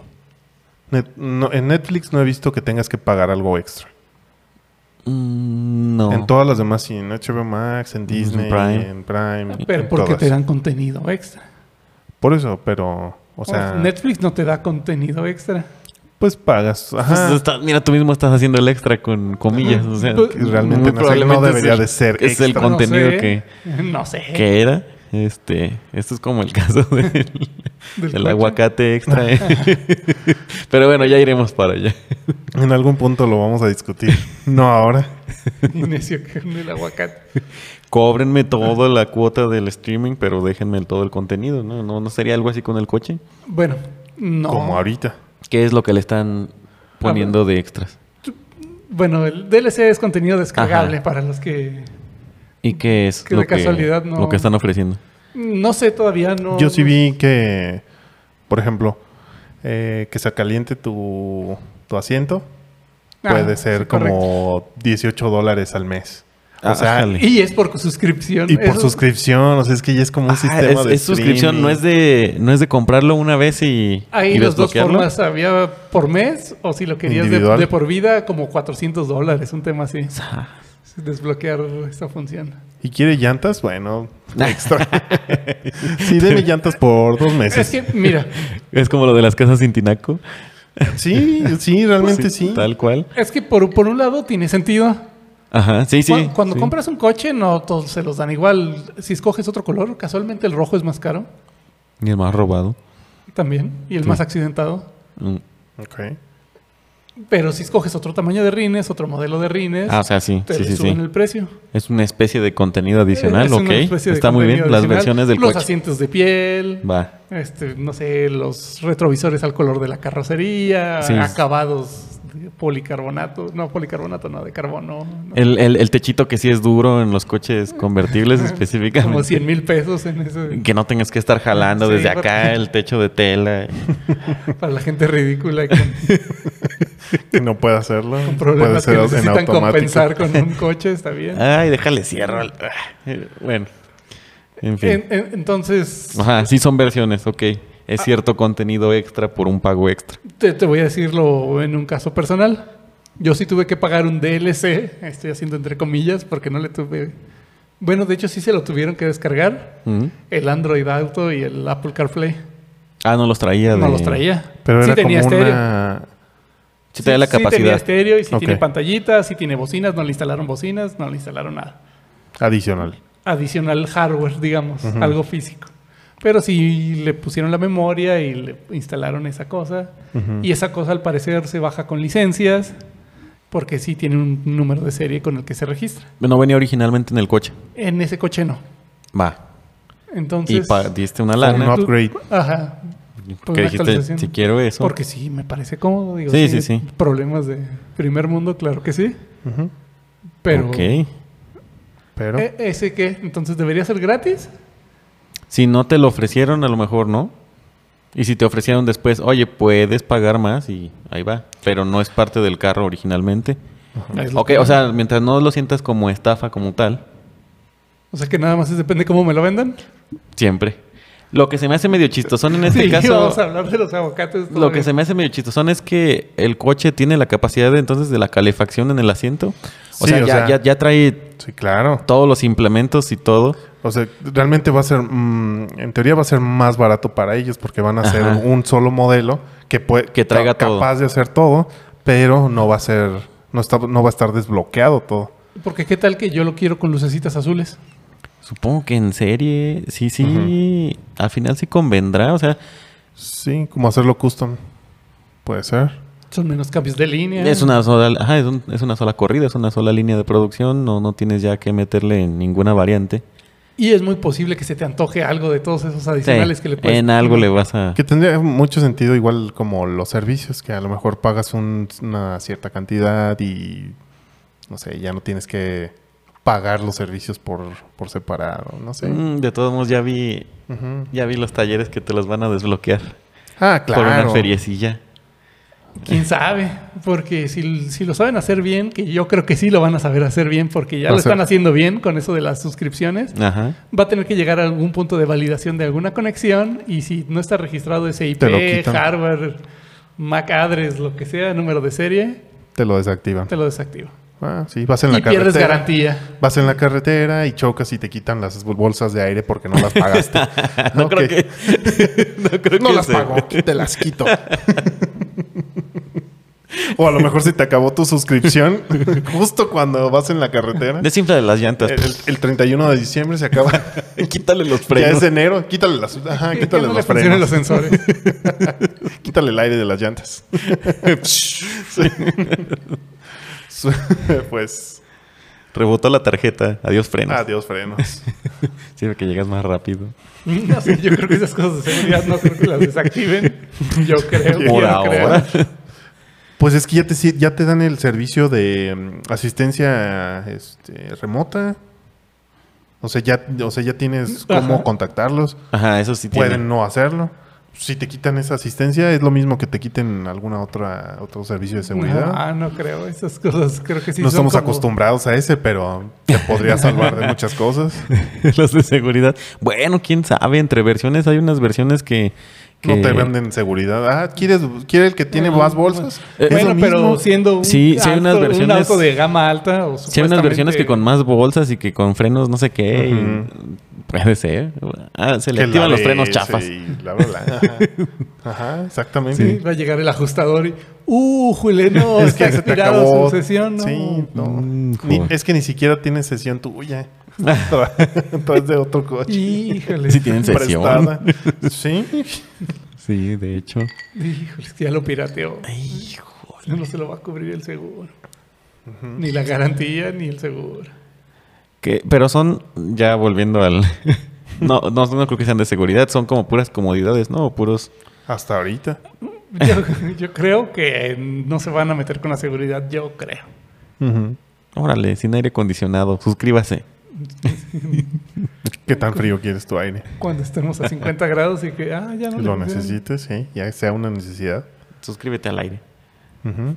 Speaker 2: Net- no, en Netflix no he visto que tengas que pagar algo extra.
Speaker 3: Mm, No. Mm,
Speaker 2: En todas las demás, sí. En HBO Max, en Disney,
Speaker 3: Prime.
Speaker 2: en Prime.
Speaker 1: Ah, Pero
Speaker 2: en
Speaker 1: porque
Speaker 2: todas.
Speaker 1: te dan contenido extra.
Speaker 2: Por eso, pero... O sea,
Speaker 1: Ah, Netflix no te da contenido extra.
Speaker 2: pues pagas.
Speaker 3: Pues
Speaker 2: Ajá.
Speaker 3: está- mira, tú mismo estás haciendo el extra con comillas. O sea,
Speaker 1: Pues,
Speaker 2: que realmente
Speaker 3: muy
Speaker 2: no,
Speaker 3: probablemente
Speaker 2: no debería
Speaker 3: es el-
Speaker 2: de ser
Speaker 3: es el
Speaker 2: extra.
Speaker 3: con- Contenido
Speaker 1: no sé, ¿eh?
Speaker 3: que-
Speaker 1: No sé.
Speaker 3: ¿Qué era? Este, esto es como el caso del,
Speaker 1: Del
Speaker 3: del
Speaker 1: coche.
Speaker 3: aguacate extra. ¿eh? Pero bueno, ya iremos para allá.
Speaker 2: En algún punto lo vamos a discutir. No ahora.
Speaker 1: Y necio que con el aguacate.
Speaker 3: Cóbrenme toda la cuota del streaming, pero déjenme el- todo el contenido, ¿no? ¿no? ¿No sería algo así con el coche?
Speaker 1: Bueno, no.
Speaker 2: Como ahorita.
Speaker 3: ¿Qué es lo que le están poniendo de extras?
Speaker 1: Bueno, el DLC es contenido descargable
Speaker 3: Ajá.
Speaker 1: para los que.
Speaker 3: ¿Y qué es
Speaker 1: Que
Speaker 3: lo,
Speaker 1: de casualidad no-
Speaker 3: lo que están ofreciendo?
Speaker 1: No sé todavía, no.
Speaker 2: Yo sí vi que, por ejemplo, eh, que se caliente tu, tu asiento.
Speaker 1: Ah,
Speaker 2: puede ser
Speaker 1: sí, correcto.
Speaker 2: como 18 dólares al mes. O
Speaker 3: Ah,
Speaker 2: sea,
Speaker 3: ájale.
Speaker 1: Y es por suscripción.
Speaker 2: y por
Speaker 1: Eso-
Speaker 2: suscripción. O sea, es que ya es como un
Speaker 3: Ah,
Speaker 2: sistema
Speaker 3: es,
Speaker 2: de
Speaker 3: es suscripción,
Speaker 2: streaming.
Speaker 3: no es de no es de comprarlo una vez y,
Speaker 1: Hay
Speaker 3: y
Speaker 1: las dos
Speaker 3: desbloquearlo.
Speaker 1: formas. Había por mes o si lo querías de,
Speaker 2: Individual.
Speaker 1: de por vida, como 400 dólares, un tema así.
Speaker 3: Ah,
Speaker 1: Desbloquear esta función.
Speaker 2: ¿Y quiere llantas? Bueno, extra. sí, deme llantas por dos
Speaker 1: Es
Speaker 2: meses.
Speaker 1: que, mira,
Speaker 3: Es como lo de las casas sin tinaco.
Speaker 2: Sí, sí, realmente sí.
Speaker 3: Tal cual.
Speaker 1: es que por, por un lado tiene sentido.
Speaker 3: Ajá, sí, sí.
Speaker 1: Cu- Cuando
Speaker 3: sí.
Speaker 1: compras un coche, no todos se los dan igual. Si escoges otro color, casualmente el rojo es más caro
Speaker 3: Y el más robado.
Speaker 1: también y el
Speaker 3: Sí.
Speaker 1: más accidentado.
Speaker 3: Mm.
Speaker 2: Ok.
Speaker 1: Pero si escoges otro tamaño de rines, otro modelo de rines,
Speaker 3: Ah, o sea, sí,
Speaker 1: te
Speaker 3: sí,
Speaker 1: le
Speaker 3: sí, sí.
Speaker 1: suben el precio.
Speaker 3: Es una especie de contenido adicional,
Speaker 1: Es una
Speaker 3: ¿ok?
Speaker 1: especie de
Speaker 3: Está muy bien.
Speaker 1: contenido
Speaker 3: Las
Speaker 1: adicional.
Speaker 3: versiones del
Speaker 1: Los
Speaker 3: coche.
Speaker 1: asientos de piel,
Speaker 3: Va.
Speaker 1: este, no sé, los retrovisores al color de la carrocería,
Speaker 3: Sí.
Speaker 1: acabados de policarbonato, no policarbonato, no, de carbono. ¿no?
Speaker 3: El, el- el techito que sí es duro en los coches convertibles específicamente.
Speaker 1: Como 100 mil pesos en ese,
Speaker 3: Que no tengas que estar jalando
Speaker 1: Sí,
Speaker 3: desde
Speaker 1: porque-
Speaker 3: acá el techo de tela.
Speaker 1: para la gente ridícula que
Speaker 2: Que no puede hacerlo.
Speaker 1: con
Speaker 2: puede
Speaker 1: problemas que
Speaker 2: ser en
Speaker 1: necesitan
Speaker 2: automático. Ah,
Speaker 1: compensar con un coche, está bien.
Speaker 3: Ay, déjale cierro. al- Bueno. En fin.
Speaker 1: En- Ah. en- entonces,
Speaker 2: Ah.
Speaker 3: Ajá, sí son versiones, ok. Es cierto contenido extra por un pago extra.
Speaker 1: te, te voy a decirlo en un caso personal. Yo sí tuve que pagar un DLC, estoy haciendo entre comillas, porque no le tuve... Bueno, de hecho sí se lo tuvieron que descargar,
Speaker 3: Mm.
Speaker 1: el Android Auto y el Apple CarPlay.
Speaker 3: Ah, no los traía.
Speaker 1: No
Speaker 3: de-
Speaker 1: los traía.
Speaker 2: Pero
Speaker 1: sí
Speaker 2: era
Speaker 1: tenía
Speaker 2: como
Speaker 1: estéreo.
Speaker 2: una...
Speaker 3: Sí traía la
Speaker 1: Sí tenía este.
Speaker 3: capacidad.
Speaker 1: estéreo y sí
Speaker 2: Ok.
Speaker 1: tiene pantallitas, sí tiene bocinas, no le instalaron bocinas, no le instalaron nada.
Speaker 2: Adicional.
Speaker 1: adicional hardware, digamos, algo físico. Pero sí le pusieron la memoria y le instalaron esa cosa.
Speaker 2: Ujú.
Speaker 1: Y esa cosa al parecer se baja con licencias porque sí tiene un número de serie con el que se registra.
Speaker 3: No venía originalmente en el coche.
Speaker 1: En ese coche no.
Speaker 3: Va.
Speaker 1: Entonces... pues,
Speaker 3: y pa- diste una
Speaker 2: Fue un
Speaker 3: lana.
Speaker 1: tú-
Speaker 2: upgrade.
Speaker 1: Ajá.
Speaker 3: que
Speaker 1: una
Speaker 3: dijiste,
Speaker 1: actualización.
Speaker 3: si quiero eso.
Speaker 1: Porque sí, me parece cómodo. Digo,
Speaker 3: Sí, sí, sí.
Speaker 1: Problemas de primer mundo, claro que sí.
Speaker 2: Ujú.
Speaker 1: Pero...
Speaker 3: Ok.
Speaker 2: Pero
Speaker 1: ¿E- ¿Ese qué? Entonces debería ser gratis.
Speaker 3: Si no te lo ofrecieron, a lo mejor no. Y si te ofrecieron después, oye, puedes pagar más y ahí va. Pero no es parte del carro originalmente.
Speaker 1: Es lo
Speaker 3: Ok,
Speaker 1: que-
Speaker 3: o sea, mientras no lo sientas como estafa, como tal,
Speaker 1: O sea que nada más es depende cómo me lo vendan.
Speaker 3: siempre. Lo que se me hace medio chistosón en este
Speaker 1: Sí,
Speaker 3: caso.
Speaker 1: vamos a hablar de los aguacates.
Speaker 3: Lo que se me hace medio chistosón es que el coche tiene la capacidad de, entonces de la calefacción en el asiento. O
Speaker 2: Sí,
Speaker 3: sea,
Speaker 2: o
Speaker 3: ya,
Speaker 2: sea-
Speaker 3: ya- ya trae
Speaker 2: sí, claro.
Speaker 3: todos los implementos y todo.
Speaker 2: O sea, realmente va a ser, mm, en teoría va a ser más barato para ellos porque van a hacer
Speaker 3: Ajá.
Speaker 2: un solo modelo que puede
Speaker 3: Que traiga
Speaker 2: ca- capaz
Speaker 3: todo.
Speaker 2: de hacer todo, pero no va a ser, no está, no va a estar desbloqueado todo.
Speaker 1: Porque qué tal que yo lo quiero con lucecitas azules.
Speaker 3: Supongo que en serie, sí, sí, al final sí convendrá. O sea,
Speaker 2: Sí, como hacerlo custom. Puede ser.
Speaker 1: Son menos cambios de línea.
Speaker 3: es una sola, ajá, es, un- es una sola corrida, es una sola línea de producción. No, no tienes ya que meterle ninguna variante.
Speaker 1: Y es muy posible que se te antoje algo de todos esos
Speaker 3: Sí,
Speaker 1: adicionales que le puedes.
Speaker 3: en algo le vas a.
Speaker 2: Que tendría mucho sentido igual como los servicios, que a lo mejor pagas un- una cierta cantidad y, no sé, ya no tienes que pagar los servicios por, por separado, no sé.
Speaker 3: Mm, de todos modos, ya vi,
Speaker 2: Ujú.
Speaker 3: ya vi los talleres que te los van a desbloquear
Speaker 2: Ah, claro.
Speaker 3: por una feriecilla.
Speaker 1: Quién sabe. Porque si, si lo saben hacer bien, que yo creo que sí lo van a saber hacer bien, porque ya
Speaker 2: Va a
Speaker 1: lo están
Speaker 2: ser.
Speaker 1: haciendo bien con eso de las suscripciones.
Speaker 3: Ajá.
Speaker 1: Va a tener que llegar a algún punto de validación de alguna conexión y si no está registrado ese IP,
Speaker 2: Te lo quitan.
Speaker 1: hardware, MAC address, lo que sea, número de serie,
Speaker 2: Te lo desactivan.
Speaker 1: te lo desactiva.
Speaker 2: Ah, sí, vas en la
Speaker 1: y pierdes
Speaker 2: carretera.
Speaker 1: garantía.
Speaker 2: Vas en la carretera y chocas y te quitan las bol- bolsas de aire porque no las pagaste. Este.
Speaker 3: No
Speaker 2: Ok.
Speaker 3: creo que. No creo
Speaker 2: No
Speaker 3: que
Speaker 2: las
Speaker 3: sea.
Speaker 2: pago, te las quito. o a lo mejor se te acabó tu suscripción justo cuando vas en la carretera.
Speaker 3: Desinfla las llantas.
Speaker 2: El, el 31 de diciembre se acaba.
Speaker 3: Quítale los
Speaker 2: Eh, ya
Speaker 3: frenos.
Speaker 2: es enero. Quítale las, ajá,
Speaker 1: Que- que
Speaker 2: quítale
Speaker 1: no le
Speaker 2: los
Speaker 1: funcionen
Speaker 2: frenos.
Speaker 1: los sensores.
Speaker 2: Quítale el aire de las llantas. Sí. Su- pues,
Speaker 3: Rebotó la tarjeta. Adiós, frenos.
Speaker 2: adiós frenos.
Speaker 3: Sirve que llegas más rápido.
Speaker 1: Mm, No sé, yo creo que esas cosas de seguridad no creo que las desactiven. Yo creo. yo
Speaker 3: Por
Speaker 1: creo.
Speaker 3: ahora.
Speaker 2: Pues es que ya te, si- ya te dan el servicio de mm, asistencia este, remota. O sea, ya, o sea, ya tienes
Speaker 1: Ajá.
Speaker 2: cómo contactarlos.
Speaker 3: Ajá, eso sí tiene.
Speaker 2: Pueden no hacerlo. Si te quitan esa asistencia, es lo mismo que te quiten alguna otra otro servicio de seguridad.
Speaker 1: Ah, no creo. Esas cosas creo que sí
Speaker 2: no
Speaker 1: son
Speaker 2: estamos
Speaker 1: como-
Speaker 2: acostumbrados a ese, pero te podría salvar de muchas cosas.
Speaker 3: Los de seguridad. Bueno, quién sabe. Entre versiones hay unas versiones que. que-
Speaker 2: No te venden seguridad. Ah, ¿quieres quiere el que tiene
Speaker 1: No, pues,
Speaker 2: más bolsas?
Speaker 3: no.
Speaker 2: Es lo
Speaker 1: Eh, Bueno, pero
Speaker 2: mismo.
Speaker 1: siendo un,
Speaker 3: Sí, sí hay unas
Speaker 1: un
Speaker 3: versiones-
Speaker 1: auto de gama alta o
Speaker 3: Sí, hay unas versiones que con más bolsas y que con frenos no sé qué. y-
Speaker 2: Ujú.
Speaker 3: Puede ser. Ah, se le
Speaker 2: Que la
Speaker 3: activan los frenos
Speaker 2: ves
Speaker 3: chafas.
Speaker 2: y bla, bla, bla. Ajá. Ajá, exactamente.
Speaker 1: Sí, va a llegar el ajustador y. ¡Uh, Jule, no!
Speaker 2: es que
Speaker 1: está
Speaker 2: se te
Speaker 1: expirado
Speaker 2: acabó.
Speaker 1: su sesión, ¿no?
Speaker 2: Sí, no.
Speaker 3: Mm,
Speaker 2: Ni-
Speaker 3: joder.
Speaker 2: es que ni siquiera tiene sesión tuya. Entonces de otro coche.
Speaker 1: Híjole.
Speaker 3: Sí, tienen sesión.
Speaker 2: Prestada. Sí.
Speaker 3: Sí, de hecho.
Speaker 1: Híjole, es que ya lo pirateó. Híjole. No se lo va a cubrir el seguro. Ni la garantía, ni el seguro.
Speaker 3: Que, pero son, ya volviendo al... no, no, no creo que sean de seguridad, son como puras comodidades, ¿no? O Puros...
Speaker 2: Hasta ahorita.
Speaker 1: Yo, yo creo que no se van a meter con la seguridad, yo creo.
Speaker 3: Órale, sin aire acondicionado, suscríbase.
Speaker 2: ¿Qué tan frío quieres tu aire?
Speaker 1: Cuando estemos a 50 grados y que, ah, ya no
Speaker 2: Si
Speaker 1: le
Speaker 2: lo
Speaker 1: pusieron.
Speaker 2: necesites, sí. Ya sea una necesidad.
Speaker 3: Suscríbete al aire.
Speaker 2: Ujú.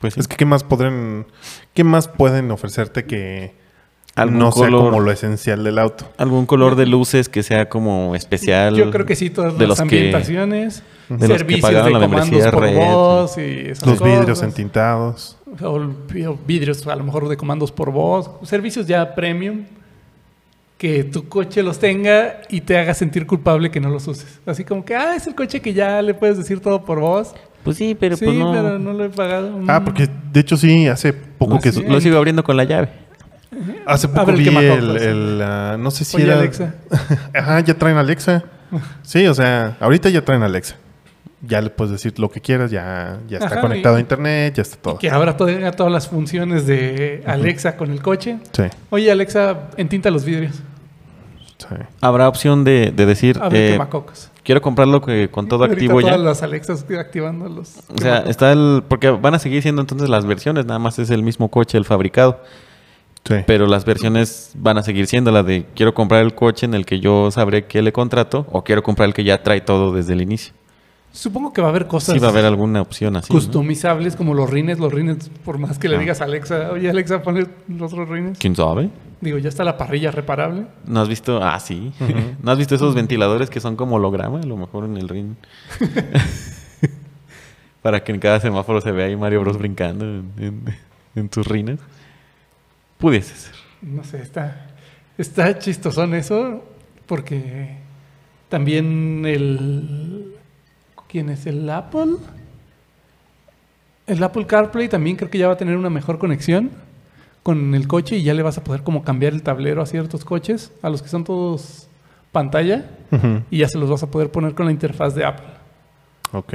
Speaker 3: Pues sí.
Speaker 2: Es que qué más podrán, qué más pueden ofrecerte que
Speaker 3: algún
Speaker 2: no sea
Speaker 3: color,
Speaker 2: como lo esencial del auto.
Speaker 3: algún color de luces que sea como especial.
Speaker 1: Yo creo que sí, todas
Speaker 3: de
Speaker 1: las
Speaker 3: los que-
Speaker 1: ambientaciones,
Speaker 3: de los que
Speaker 1: servicios
Speaker 3: pagaron
Speaker 1: de
Speaker 3: la
Speaker 1: comandos
Speaker 3: membresía
Speaker 1: por
Speaker 3: Red.
Speaker 1: voz y esas
Speaker 2: Los vidrios
Speaker 1: cosas.
Speaker 2: entintados.
Speaker 1: O vi- o vidrios a lo mejor de comandos por voz, servicios ya premium, que tu coche los tenga y te haga sentir culpable que no los uses. Así como que, ah, es el coche que ya le puedes decir todo por voz.
Speaker 3: Pues sí, pero
Speaker 1: sí,
Speaker 3: pues no...
Speaker 1: pero no lo he pagado.
Speaker 2: Ah,
Speaker 1: Mm.
Speaker 2: porque de hecho sí, hace poco
Speaker 3: Lo,
Speaker 2: que...
Speaker 1: sí.
Speaker 3: lo sigo abriendo con la llave.
Speaker 2: Hace poco
Speaker 1: Abre el
Speaker 2: vi el,
Speaker 1: quemacocos.
Speaker 2: el, ah, no sé si
Speaker 1: Oye,
Speaker 2: era...
Speaker 1: Alexa.
Speaker 2: Ajá, ya traen Alexa. Sí, o sea, ahorita ya traen Alexa. Ya le puedes decir lo que quieras, ya, ya está
Speaker 1: Ajá,
Speaker 2: conectado
Speaker 1: y-
Speaker 2: a internet, ya está todo.
Speaker 1: Que ahora todavía todas las funciones de Alexa con el coche.
Speaker 2: Sí,
Speaker 1: Oye, Alexa, entinta los vidrios.
Speaker 2: sí.
Speaker 3: Habrá opción de, de decir,
Speaker 1: Abre
Speaker 3: eh,
Speaker 1: quemacocos.
Speaker 3: quiero comprarlo que- con todo
Speaker 1: Ahorita
Speaker 3: activo ya.
Speaker 1: Todas las Alexas activando los.
Speaker 3: O sea,
Speaker 1: quemacocos.
Speaker 3: está el... Porque van a seguir siendo entonces las versiones, nada más es el mismo coche, el fabricado.
Speaker 2: sí.
Speaker 3: Pero las versiones van a seguir siendo la de quiero comprar el coche en el que yo sabré que le contrato o quiero comprar el que ya trae todo desde el inicio.
Speaker 1: Supongo que va a haber cosas
Speaker 3: Sí va a haber alguna opción así. ¿no?
Speaker 1: customizables como los rines. Los rines, por más que le
Speaker 3: Ah.
Speaker 1: digas a Alexa, oye, Alexa, ponle los otros rines.
Speaker 3: ¿Quién sabe?
Speaker 1: Digo, ya está la parrilla reparable.
Speaker 3: ¿No has visto? Ah, sí. ¿No has visto esos ventiladores que son como holograma? A lo mejor en el ring. Para que en cada semáforo se vea ahí Mario Bros brincando en, en- en tus rines. Pudiese ser.
Speaker 1: No sé, está, está chistosón eso, porque también el... ¿Quién es? ¿El Apple? El Apple CarPlay también creo que ya va a tener una mejor conexión con el coche y ya le vas a poder como cambiar el tablero a ciertos coches, a los que son todos pantalla,
Speaker 2: Ujú.
Speaker 1: y ya se los vas a poder poner con la interfaz de Apple.
Speaker 2: Ok.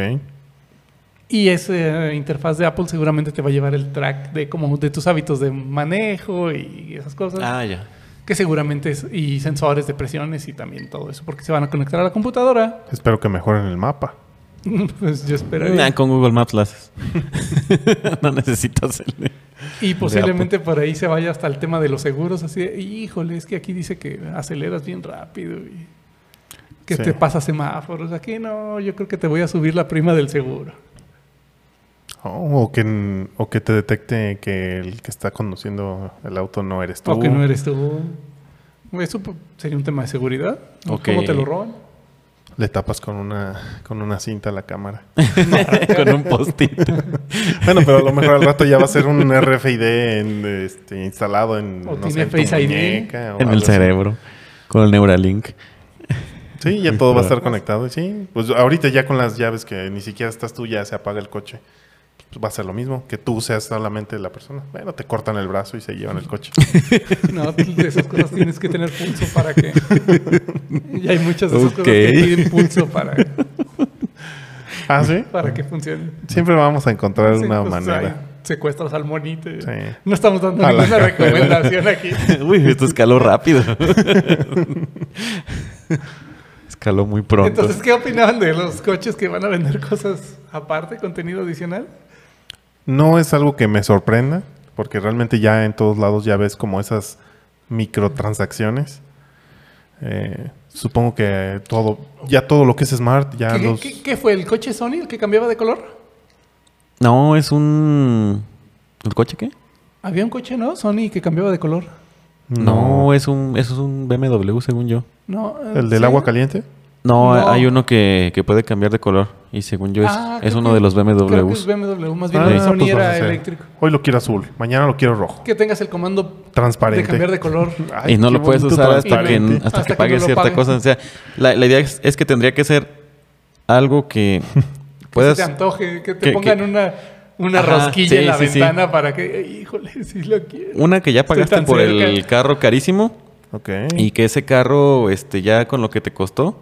Speaker 1: Y esa interfaz de Apple seguramente te va a llevar el track de como de tus hábitos de manejo y esas cosas.
Speaker 3: Ah, ya.
Speaker 1: Que seguramente es, y sensores de presiones y también todo eso, porque se van a conectar a la computadora.
Speaker 2: Espero que mejoren el mapa.
Speaker 1: pues yo espero.
Speaker 3: Nah, con Google Maps lo haces. no necesitas el...
Speaker 1: y posiblemente por ahí se vaya hasta el tema de los seguros. Así de, híjole, es que aquí dice que aceleras bien rápido y que
Speaker 2: Sí.
Speaker 1: te pasa semáforos. Aquí no, yo creo que te voy a subir la prima del seguro.
Speaker 2: Oh, o, que, o que te detecte que el que está conduciendo el auto no eres tú.
Speaker 1: O
Speaker 3: Uh.
Speaker 1: que no eres tú. Eso pues, sería un tema de seguridad.
Speaker 3: Ok.
Speaker 1: ¿Cómo te lo roban?
Speaker 2: Le tapas con una, con una cinta a la cámara.
Speaker 3: con un postito.
Speaker 2: Bueno, pero a lo mejor al rato ya va a ser un RFID en, este, instalado en,
Speaker 1: O
Speaker 2: no
Speaker 1: tiene
Speaker 2: sé, en tu
Speaker 1: Face ID.
Speaker 2: muñeca o
Speaker 3: en el
Speaker 2: algo así.
Speaker 3: cerebro. Con el Neuralink.
Speaker 2: Sí, ya todo va a estar conectado. Sí, pues ahorita ya con las llaves que ni siquiera estás tú, ya se apaga el coche. Pues va a ser lo mismo, que tú seas solamente la persona. Bueno, te cortan el brazo y se llevan el coche.
Speaker 1: No, pues, de esas cosas tienes que tener pulso para que. Y hay muchas de esas
Speaker 3: Ok.
Speaker 1: cosas que piden pulso para,
Speaker 2: ah, sí.
Speaker 1: para que funcione.
Speaker 2: Siempre vamos a encontrar
Speaker 1: Sí,
Speaker 2: una
Speaker 1: pues,
Speaker 2: manera.
Speaker 1: ay, secuestras al monito. y-
Speaker 2: Sí.
Speaker 1: No estamos dando
Speaker 2: A la
Speaker 1: ninguna
Speaker 2: cajuela.
Speaker 1: recomendación aquí.
Speaker 3: Uy, esto escaló rápido. escaló muy pronto.
Speaker 1: Entonces, ¿qué opinaban de los coches que van a vender cosas aparte, contenido adicional?
Speaker 2: No es algo que me sorprenda, porque realmente ya en todos lados ya ves como esas microtransacciones. Eh, supongo que todo, ya todo lo que es smart, ya
Speaker 1: ¿Qué,
Speaker 2: los.
Speaker 1: qué- qué fue? ¿El coche Sony el que cambiaba de color?
Speaker 3: No, es un. ¿El coche qué?
Speaker 1: Había un coche, ¿no? Sony que cambiaba de color.
Speaker 3: No, es un, eso es un BMW, según yo.
Speaker 1: No, eh,
Speaker 2: el del
Speaker 1: ¿sí
Speaker 2: agua
Speaker 1: era?
Speaker 2: caliente.
Speaker 3: No,
Speaker 1: No.
Speaker 3: hay uno que, que puede cambiar de color. Y según yo, es,
Speaker 1: Ah,
Speaker 3: es
Speaker 1: creo
Speaker 3: uno
Speaker 1: que-
Speaker 3: de los
Speaker 1: Creo que es
Speaker 3: BMWs.
Speaker 1: BMW, más bien el
Speaker 2: Ah,
Speaker 1: Sony
Speaker 2: pues vas a
Speaker 1: era
Speaker 2: hacer.
Speaker 1: eléctrico.
Speaker 2: Hoy lo quiero azul, mañana lo quiero rojo.
Speaker 1: Que tengas el comando de
Speaker 2: Transparente.
Speaker 1: cambiar de color.
Speaker 2: Ay,
Speaker 3: y no
Speaker 2: qué
Speaker 3: lo puedes
Speaker 2: bonito
Speaker 3: usar hasta que,
Speaker 2: transparente.
Speaker 3: hasta
Speaker 1: Hasta
Speaker 3: que
Speaker 1: que
Speaker 3: pagues
Speaker 1: no lo
Speaker 3: cierta
Speaker 1: paguen.
Speaker 3: cosa. O sea, la, la idea es, es que tendría que ser algo que
Speaker 1: que
Speaker 3: puedas.
Speaker 1: se te antoje, que te
Speaker 3: que-
Speaker 1: pongan
Speaker 3: que-
Speaker 1: una, una
Speaker 3: Ajá,
Speaker 1: rosquilla
Speaker 3: sí,
Speaker 1: en la
Speaker 3: sí, sí.
Speaker 1: ventana para que, "Ay, híjole, si lo quiero.
Speaker 3: Una que ya
Speaker 1: Estoy
Speaker 3: pagaste
Speaker 1: tan
Speaker 3: por el
Speaker 1: cerca.
Speaker 3: carro carísimo.
Speaker 2: Ok.
Speaker 3: Y que ese carro, este, ya con lo que te costó,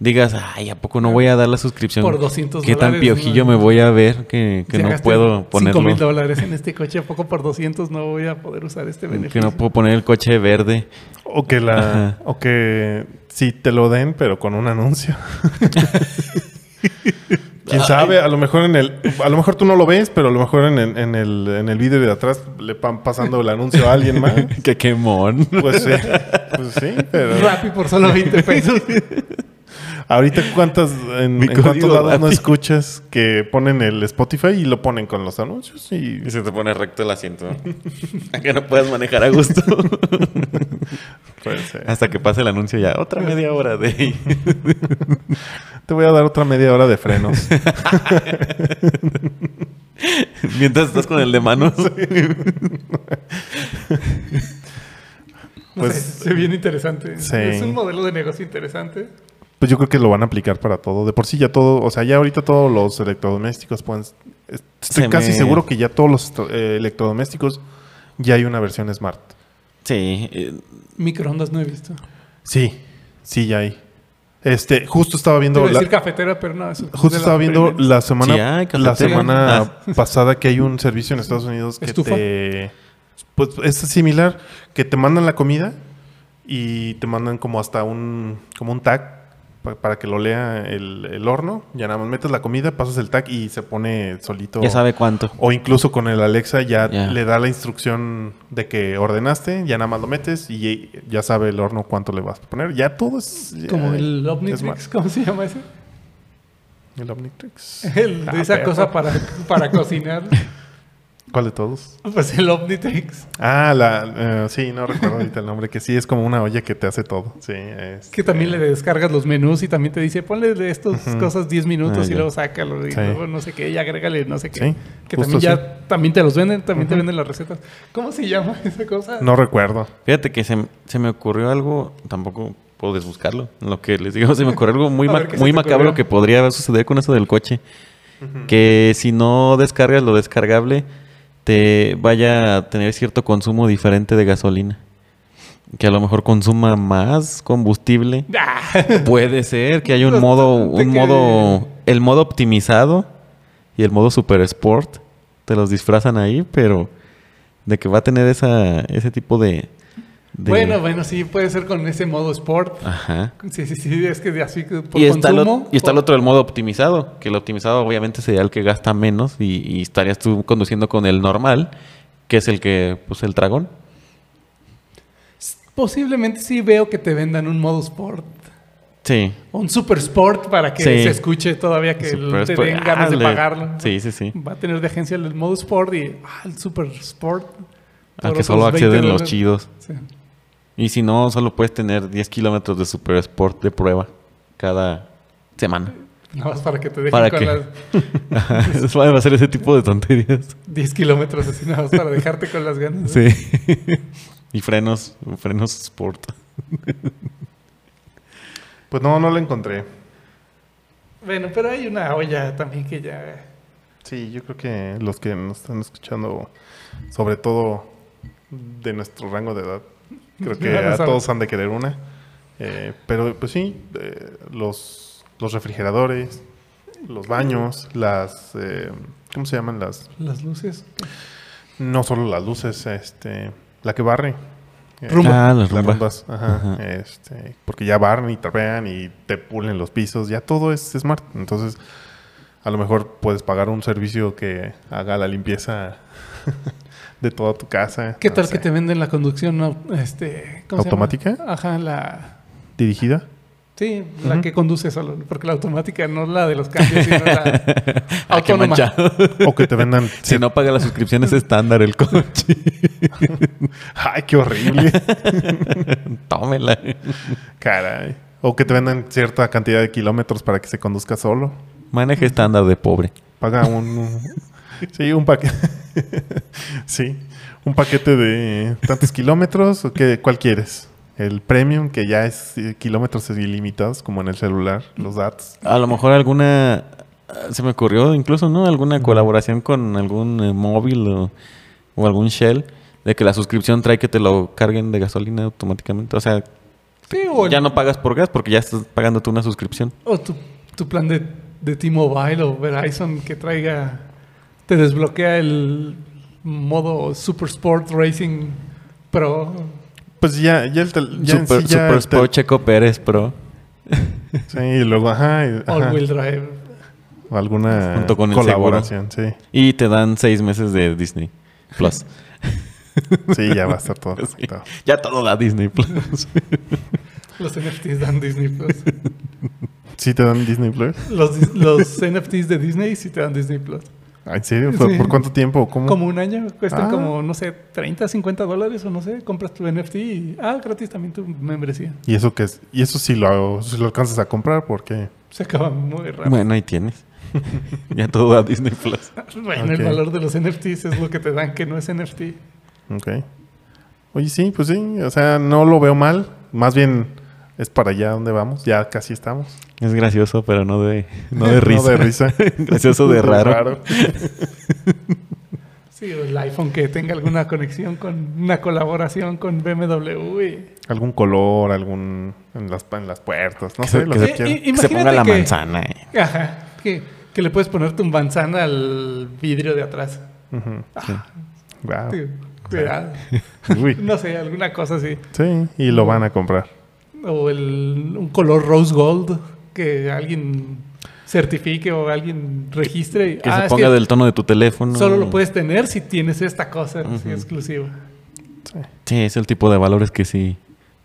Speaker 3: digas, ay, ¿a poco no voy a dar la suscripción?
Speaker 1: Por 200
Speaker 3: ¿Qué tan
Speaker 1: dólares,
Speaker 3: piojillo
Speaker 1: no?
Speaker 3: me voy a ver que, que
Speaker 1: Ya
Speaker 3: no
Speaker 1: gasté
Speaker 3: puedo
Speaker 1: 5 mil
Speaker 3: ponerlo?
Speaker 1: dólares en este coche, ¿a poco por 200 no voy a poder usar este
Speaker 3: Que
Speaker 1: beneficio?
Speaker 3: no puedo poner el coche verde.
Speaker 2: O que la,
Speaker 3: Ajá.
Speaker 2: o que sí te lo den, pero con un anuncio.
Speaker 3: Ah,
Speaker 2: Quién sabe, a lo mejor en el, a lo mejor tú no lo ves, pero a lo mejor en, el- en el, en el vidrio de atrás le van pasando el anuncio a alguien más.
Speaker 3: ¡Qué quemón!
Speaker 2: Pues sí, pues sí, pero
Speaker 1: Rappi por solo 20 pesos.
Speaker 2: ahorita cuántas, en,
Speaker 3: Mi
Speaker 2: en cuántos
Speaker 3: código
Speaker 2: lados no
Speaker 3: Rappi.
Speaker 2: escuchas que ponen el Spotify y lo ponen con los anuncios y
Speaker 3: Y se te pone recto el asiento. A que no puedes manejar a gusto.
Speaker 2: pues, eh,
Speaker 3: Hasta que pase el anuncio ya. Otra media hora de...
Speaker 2: te voy a dar otra media hora de frenos.
Speaker 3: Mientras estás con el de manos.
Speaker 1: No sé,
Speaker 2: Pues-
Speaker 1: se ve bien interesante.
Speaker 2: Sí.
Speaker 1: Es un modelo de negocio interesante.
Speaker 2: Pues yo creo que lo van a aplicar para todo. De por sí ya todo, o sea, ya ahorita todos los electrodomésticos pueden... Estoy
Speaker 3: Se
Speaker 2: casi
Speaker 3: me-
Speaker 2: seguro que ya todos los eh, electrodomésticos ya hay una versión smart.
Speaker 3: Sí. eh,
Speaker 1: Microondas no he visto.
Speaker 2: Sí, sí, ya hay. Este, justo estaba
Speaker 1: Te
Speaker 2: viendo.
Speaker 1: iba a
Speaker 2: la-
Speaker 1: decir cafetera, pero no. eso es de
Speaker 2: Justo
Speaker 1: la
Speaker 2: estaba viendo
Speaker 1: premium.
Speaker 2: la semana,
Speaker 3: Sí, hay
Speaker 2: la
Speaker 3: cafeterías.
Speaker 2: semana pasada que hay un servicio en Estados Unidos que
Speaker 1: Estufa.
Speaker 2: te. Pues es similar, que te mandan la comida y te mandan como hasta un, como un tag pa- para que lo lea el, el horno. Ya nada más metes la comida, pasas el tag y se pone solito.
Speaker 3: Ya sabe cuánto.
Speaker 2: O incluso con el Alexa ya
Speaker 3: Ya.
Speaker 2: le da la instrucción de que ordenaste, ya nada más lo metes y ya sabe el horno cuánto le vas a poner. Ya todo es. ya-
Speaker 1: Como el
Speaker 2: es más.
Speaker 1: Omnitrix, ¿cómo se llama ese?
Speaker 2: El Omnitrix.
Speaker 1: El de
Speaker 2: Ah,
Speaker 1: esa
Speaker 2: perro.
Speaker 1: cosa para, para cocinar.
Speaker 2: ¿Cuál de todos?
Speaker 1: Pues el Omnitrix.
Speaker 2: Ah, la. eh, sí, no recuerdo ahorita el nombre, que sí es como una olla que te hace todo. Sí, este, es.
Speaker 1: Que también le descargas los menús y también te dice, ponle de estas
Speaker 2: Ujú.
Speaker 1: cosas 10 minutos
Speaker 3: Ah,
Speaker 1: y
Speaker 3: ya.
Speaker 1: luego sácalo. Y
Speaker 2: Sí.
Speaker 1: luego no sé qué, y agrégale no sé qué.
Speaker 2: Sí,
Speaker 1: que
Speaker 2: justo
Speaker 1: también ya también te los venden, también te venden las recetas. ¿Cómo se llama esa cosa?
Speaker 2: No recuerdo.
Speaker 3: Fíjate que se, se me ocurrió algo, tampoco puedo buscarlo. Lo que les digo, se me ocurrió algo muy,
Speaker 1: A
Speaker 3: ma-
Speaker 1: ver, ¿qué se
Speaker 3: muy
Speaker 1: te
Speaker 3: macabro
Speaker 1: ocurrió?
Speaker 3: que podría suceder con eso del coche. Que si no descargas lo descargable, te vaya a tener cierto consumo diferente de gasolina. Que a lo mejor consuma más combustible.
Speaker 1: Ah,
Speaker 3: Puede ser que haya
Speaker 1: De-
Speaker 3: un modo,
Speaker 1: de
Speaker 3: un
Speaker 1: que-
Speaker 3: modo, el modo optimizado y el modo super sport. Te los disfrazan ahí, pero de que va a tener esa, ese tipo de, de-
Speaker 1: Bueno, bueno, sí, puede ser con ese modo sport.
Speaker 3: Ajá.
Speaker 1: Sí, sí, sí, es que así que por
Speaker 3: Y está, el,
Speaker 1: consumo,
Speaker 3: ot- y está el
Speaker 1: por-
Speaker 3: otro, el modo optimizado, que el optimizado obviamente sería el que gasta menos y, y estarías tú conduciendo con el normal, que es el que, pues el dragón.
Speaker 1: Posiblemente sí veo que te vendan un modo sport.
Speaker 3: Sí.
Speaker 1: Un super sport para que
Speaker 3: Sí.
Speaker 1: se escuche todavía que
Speaker 3: Super
Speaker 1: el- te
Speaker 3: sport.
Speaker 1: den ganas de
Speaker 3: Ah, le-
Speaker 1: pagarlo.
Speaker 3: Sí, sí, sí.
Speaker 1: Va a tener de agencia el modo sport y ah, el super sport.
Speaker 3: Al
Speaker 1: Por
Speaker 3: que
Speaker 1: otros
Speaker 3: solo
Speaker 1: 20
Speaker 3: acceden los
Speaker 1: dólares.
Speaker 3: chidos.
Speaker 1: Sí.
Speaker 3: Y si no, solo puedes tener 10 kilómetros de Super Sport de prueba cada semana.
Speaker 1: Nada más para que te dejen
Speaker 3: ¿Para
Speaker 1: con
Speaker 3: qué?
Speaker 1: las
Speaker 3: Ajá, Va a ser ese tipo de tonterías.
Speaker 1: 10 kilómetros así, nada más para dejarte con las ganas.
Speaker 3: Sí. y frenos, frenos Sport.
Speaker 2: Pues no, no lo encontré.
Speaker 1: Bueno, pero hay una olla también que ya.
Speaker 2: Sí, yo creo que los que nos están escuchando, sobre todo de nuestro rango de edad, creo que
Speaker 1: Ya lo
Speaker 2: a
Speaker 1: saben.
Speaker 2: todos han de querer una. Eh, pero pues sí, eh, los, los refrigeradores, los baños, las... eh, ¿Cómo se llaman las?
Speaker 1: Las luces.
Speaker 2: No solo las luces, este, la que barre. Eh,
Speaker 1: Rumba.
Speaker 3: Ah, la
Speaker 2: Las
Speaker 3: rumba.
Speaker 2: rumbas, ajá,
Speaker 3: Ajá.
Speaker 2: Este, porque ya barren y trapean y te pulen los pisos, ya todo es smart. Entonces, a lo mejor puedes pagar un servicio que haga la limpieza de toda tu casa.
Speaker 1: ¿Qué
Speaker 2: no
Speaker 1: tal
Speaker 2: sé.
Speaker 1: que te venden la conducción au- este, ¿cómo se llama?
Speaker 2: ¿Automática?
Speaker 1: Ajá, la.
Speaker 2: dirigida?
Speaker 1: Sí, la que conduce solo, porque la automática no es la de los cambios, sino la
Speaker 3: Ah, qué
Speaker 1: autónoma.
Speaker 3: manchado.
Speaker 2: O que te vendan.
Speaker 3: Si no paga las suscripciones estándar el coche.
Speaker 2: Ay, qué horrible.
Speaker 3: Tómela.
Speaker 2: Caray. O que te vendan cierta cantidad de kilómetros para que se conduzca solo.
Speaker 3: Maneje estándar de pobre.
Speaker 2: Paga un. sí, un paquete. sí, un paquete de tantos kilómetros. ¿o qué, ¿Cuál quieres? El premium, que ya es eh, kilómetros ilimitados, como en el celular, los datos.
Speaker 3: A lo mejor alguna. ah, Se me ocurrió incluso, ¿no? Alguna colaboración con algún eh, móvil o, o algún Shell. De que la suscripción trae que te lo carguen de gasolina automáticamente. O sea,
Speaker 1: Sí, o, el-
Speaker 3: ya no pagas por gas porque ya estás pagando tú una suscripción.
Speaker 1: o tu, tu plan de, de T-Mobile o Verizon que traiga, te desbloquea el modo Super Sport Racing Pro.
Speaker 2: Pues ya, ya el tel- ya en
Speaker 3: Super,
Speaker 2: sí ya
Speaker 3: Super
Speaker 2: el
Speaker 3: Sport
Speaker 2: tel-
Speaker 3: Checo Pérez Pro.
Speaker 2: Sí, y luego, ajá, y- ajá,
Speaker 1: All Wheel Drive.
Speaker 2: o alguna
Speaker 3: Junto con el
Speaker 2: colaboración, sí.
Speaker 3: Y te dan seis meses de Disney Plus.
Speaker 2: Sí, ya va a estar todo conectado.
Speaker 3: ya todo da Disney Plus.
Speaker 1: Los NFTs dan Disney Plus.
Speaker 2: ¿Sí te dan Disney Plus?
Speaker 1: Los, dis- los NFTs de Disney sí te dan Disney Plus.
Speaker 2: Ah, ¿En serio? ¿Por,
Speaker 1: Sí.
Speaker 2: por cuánto tiempo? ¿Cómo?
Speaker 1: Como un año, cuestan
Speaker 2: Ah.
Speaker 1: como, no sé, 30, 50 dólares o no sé. Compras tu NFT y, ah, gratis también tu membresía.
Speaker 2: ¿Y eso que es? ¿Y eso sí lo, sí lo alcanzas a comprar? Porque
Speaker 1: Se acaba muy rápido.
Speaker 3: bueno, ahí tienes. ya todo da Disney Plus.
Speaker 1: Bueno,
Speaker 2: Ok.
Speaker 1: el valor de los NFTs es lo que te dan que no es NFT.
Speaker 2: Ok. Oye, sí, pues sí. O sea, no lo veo mal. Más bien es para allá donde vamos. Ya casi estamos.
Speaker 3: Es gracioso, pero no de, no de risa.
Speaker 2: No de risa.
Speaker 3: gracioso de raro.
Speaker 1: Sí, Sí, o el iPhone que tenga alguna conexión con una colaboración con BMW. y-
Speaker 2: Algún color, algún. en las, en las puertas, no
Speaker 3: Que-
Speaker 2: sé, lo que
Speaker 1: que-
Speaker 2: quieran.
Speaker 1: y-
Speaker 3: Que se ponga
Speaker 1: Eh, Imagínate
Speaker 3: la
Speaker 1: que-
Speaker 3: manzana. eh.
Speaker 1: Ajá, que, que le puedes poner tu manzana al vidrio de atrás.
Speaker 2: Ujú.
Speaker 1: Ah,
Speaker 2: Guau.
Speaker 1: tío, cuidado.
Speaker 2: Uy.
Speaker 1: No sé, alguna cosa así.
Speaker 2: Sí, y lo van a comprar.
Speaker 1: O el, un color rose gold que alguien certifique o alguien registre. y,
Speaker 3: Que
Speaker 1: "Ah,
Speaker 3: se
Speaker 1: es
Speaker 3: ponga
Speaker 1: que
Speaker 3: del tono de tu teléfono.
Speaker 1: Solo lo puedes tener si tienes esta cosa así
Speaker 3: Ujú.
Speaker 1: exclusiva.
Speaker 3: Sí, es el tipo de valores que sí,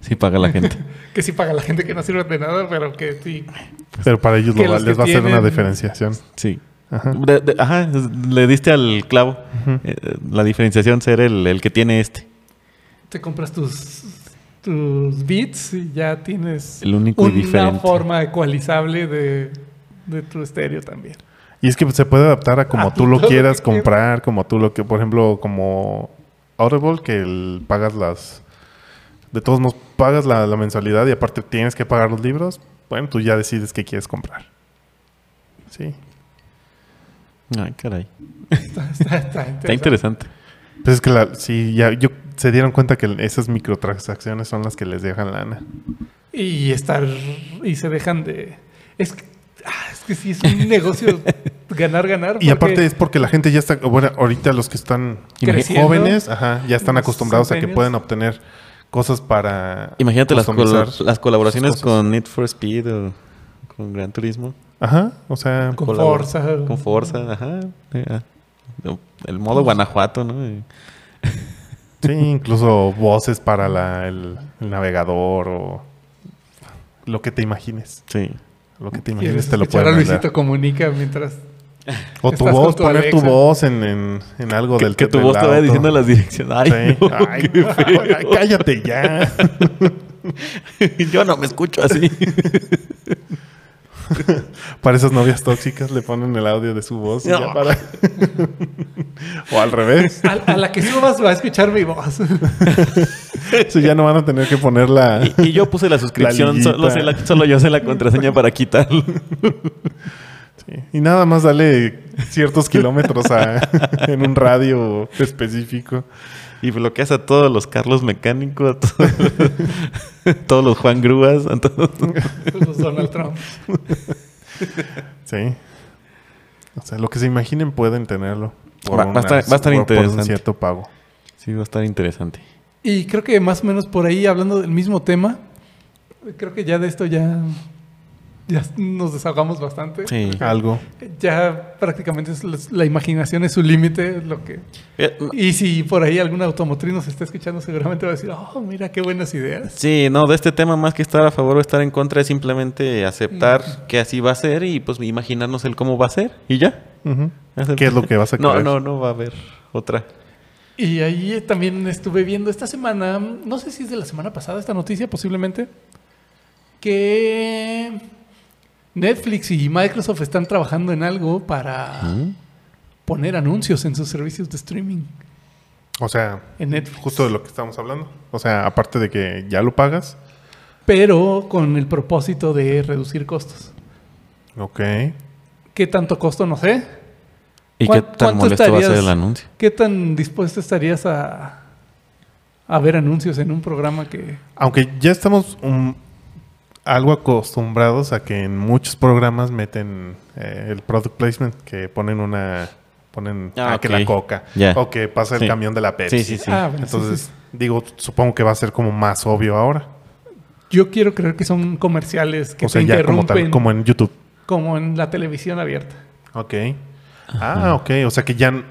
Speaker 3: sí paga la gente.
Speaker 1: Que sí paga la gente que no sirve de nada, pero que sí.
Speaker 2: Pero para ellos
Speaker 1: Que
Speaker 2: lo va-
Speaker 1: los que
Speaker 2: les va a hacer una
Speaker 1: tienen-
Speaker 2: diferenciación.
Speaker 3: Sí.
Speaker 2: Ajá.
Speaker 3: De- de- ajá, le diste al clavo. Eh, la diferenciación ser el, el que tiene este.
Speaker 1: Te compras tus, tus bits y ya tienes
Speaker 3: El único y
Speaker 1: una
Speaker 3: diferente.
Speaker 1: forma ecualizable de, de tu estéreo también.
Speaker 2: Y es que se puede adaptar a como
Speaker 1: A
Speaker 2: tú lo
Speaker 1: todo lo
Speaker 2: quieras
Speaker 1: que
Speaker 2: comprar, como tú lo que, por ejemplo, como Audible, que el- pagas las. De todos modos, pagas la, la mensualidad y aparte tienes que pagar los libros. Bueno, tú ya decides qué quieres comprar. Sí.
Speaker 3: Ay, caray.
Speaker 1: Está, está- está
Speaker 3: Está interesante.
Speaker 2: Pues es que la, sí, ya yo, se dieron cuenta que esas microtransacciones son las que les dejan lana.
Speaker 1: Y estar. Y se dejan de. Es que, ah, es que sí, es un negocio ganar, ganar.
Speaker 2: Y aparte
Speaker 1: porque
Speaker 2: es porque la gente ya está, bueno, ahorita los que están
Speaker 1: Creciendo.
Speaker 2: jóvenes, ajá, ya están
Speaker 1: Los
Speaker 2: acostumbrados a que
Speaker 1: centenios.
Speaker 2: pueden obtener cosas para
Speaker 3: Imagínate las,
Speaker 2: customizar
Speaker 3: colo- las colaboraciones
Speaker 2: sus cosas.
Speaker 3: con Need for Speed o con Gran Turismo.
Speaker 2: Ajá, o sea,
Speaker 1: Con
Speaker 3: Colabor-
Speaker 1: Forza.
Speaker 3: Con Forza, ajá. Ya. El modo Guanajuato, ¿no? Y-
Speaker 2: sí, incluso voces para la- el, el navegador o lo que te imagines,
Speaker 3: Sí.
Speaker 2: lo que te
Speaker 1: Quieres
Speaker 2: imagines te lo
Speaker 1: escuchar
Speaker 2: pueden
Speaker 1: a
Speaker 2: mandar.
Speaker 1: Luisito comunica mientras.
Speaker 2: O tu
Speaker 1: Estás con
Speaker 2: voz,
Speaker 1: tu
Speaker 2: poner tu
Speaker 1: Alexa.
Speaker 2: voz en, en, en algo
Speaker 3: Que,
Speaker 2: del
Speaker 3: que tu
Speaker 2: del
Speaker 3: voz te vaya
Speaker 2: auto.
Speaker 3: diciendo las direcciones. Ay,
Speaker 2: Sí.
Speaker 3: no,
Speaker 2: Ay,
Speaker 3: qué feo.
Speaker 2: ay, cállate ya.
Speaker 3: Yo no me escucho así.
Speaker 2: Para esas novias tóxicas le ponen el audio de su voz. y ya
Speaker 3: No.
Speaker 2: para- o al revés.
Speaker 1: A, a la que subas va a escuchar mi voz.
Speaker 2: Eso ya no van a tener que poner la...
Speaker 3: Y, y yo puse la suscripción,
Speaker 2: liguita.
Speaker 3: solo, sé la- solo yo sé la contraseña para quitarlo.
Speaker 2: Sí. Y nada más dale ciertos kilómetros a- en un radio específico.
Speaker 3: Y bloqueas a todos los Carlos Mecánico, a todos, todos los Juan Grúas, a todos.
Speaker 1: Los Donald Trump.
Speaker 2: Sí. O sea, lo que se imaginen pueden tenerlo. por
Speaker 3: Va- va a
Speaker 2: una-
Speaker 3: estar- va a estar
Speaker 2: por- Por
Speaker 3: interesante.
Speaker 2: un cierto pago.
Speaker 3: Sí, va a estar interesante.
Speaker 1: Y creo que más o menos por ahí, hablando del mismo tema, creo que ya de esto ya. Ya nos desahogamos bastante.
Speaker 3: Sí.
Speaker 2: Algo.
Speaker 1: Ya prácticamente es la- la imaginación es su límite, es lo que
Speaker 3: Eh,
Speaker 1: Y si por ahí algún automotriz nos está escuchando, seguramente va a decir, oh, mira qué buenas ideas.
Speaker 3: Sí, no, de este tema más que estar a favor o estar en contra es simplemente aceptar que así va a ser y pues imaginarnos el cómo va a ser y ya.
Speaker 2: Ujú. ¿Qué es lo que vas a
Speaker 3: No,
Speaker 2: querer?
Speaker 3: no, no va a haber otra.
Speaker 1: Y ahí también estuve viendo esta semana, no sé si es de la semana pasada esta noticia posiblemente, que Netflix y Microsoft están trabajando en algo para
Speaker 3: Ah.
Speaker 2: Ah.
Speaker 1: poner anuncios en sus servicios de streaming.
Speaker 2: O sea,
Speaker 1: En Netflix.
Speaker 2: justo de lo que estamos hablando. O sea, aparte de que ya lo pagas.
Speaker 1: Pero con el propósito de reducir costos.
Speaker 2: Ok.
Speaker 1: ¿Qué tanto costo? No sé.
Speaker 3: ¿Y
Speaker 1: ¿Cuán-
Speaker 3: qué tan
Speaker 1: cuánto
Speaker 3: molesto va a ser
Speaker 1: estarías-
Speaker 3: el anuncio?
Speaker 1: ¿Qué tan dispuesto estarías a, a ver anuncios en un programa que...
Speaker 2: Aunque ya estamos um, algo acostumbrados a que en muchos programas meten eh, el product placement, que ponen una ponen
Speaker 3: Ah,
Speaker 2: ah, que
Speaker 3: ok.
Speaker 2: la coca
Speaker 3: Ya.
Speaker 2: o que pasa el
Speaker 3: Sí.
Speaker 2: camión de la Pepsi.
Speaker 3: Sí, sí, sí.
Speaker 1: Ah, bueno, sí,
Speaker 2: Entonces,
Speaker 1: sí, sí.
Speaker 2: digo, supongo que va a ser como más obvio ahora.
Speaker 1: Yo quiero creer que son comerciales que
Speaker 2: o sea,
Speaker 1: te
Speaker 2: ya como tal,
Speaker 1: interrumpen como,
Speaker 2: como en YouTube.
Speaker 1: en la televisión abierta.
Speaker 2: Ok. Ah, ok. O sea que ya. n-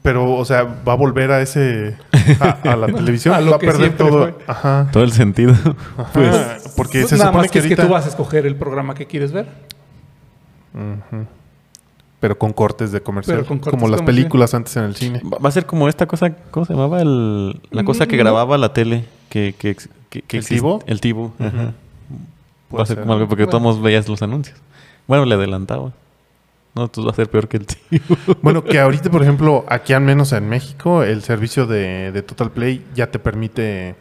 Speaker 2: Pero, o sea, va a volver a ese. a, a la televisión.
Speaker 1: A lo
Speaker 2: va a
Speaker 1: que
Speaker 2: perder
Speaker 1: siempre
Speaker 2: todo.
Speaker 1: fue.
Speaker 2: Ajá.
Speaker 3: Todo el sentido.
Speaker 2: ajá.
Speaker 1: Pues,
Speaker 2: porque
Speaker 1: Pues
Speaker 2: se
Speaker 1: nada
Speaker 2: supone
Speaker 1: más
Speaker 2: que
Speaker 1: que, es
Speaker 2: ahorita.
Speaker 1: que tú vas a escoger el programa que quieres ver.
Speaker 2: Ujú. Pero con cortes de comercial.
Speaker 1: Pero con cortes
Speaker 2: como las
Speaker 1: comercial.
Speaker 2: películas antes en el cine.
Speaker 3: Va va a ser como esta cosa, ¿cómo se llamaba? El- la cosa que
Speaker 1: Mm, no.
Speaker 3: grababa la tele. Que, que, ex- que- que
Speaker 2: ¿El
Speaker 3: exist-
Speaker 2: tivo?
Speaker 3: El tivo. ajá. Va
Speaker 2: Puede
Speaker 3: a ser
Speaker 2: ser.
Speaker 3: como algo porque
Speaker 1: Bueno.
Speaker 3: todos veías los anuncios. Bueno, le adelantaba. No, tú vas a ser peor que el tivo.
Speaker 2: Bueno, que ahorita, por ejemplo, aquí al menos en México, el servicio de, de Total Play ya te permite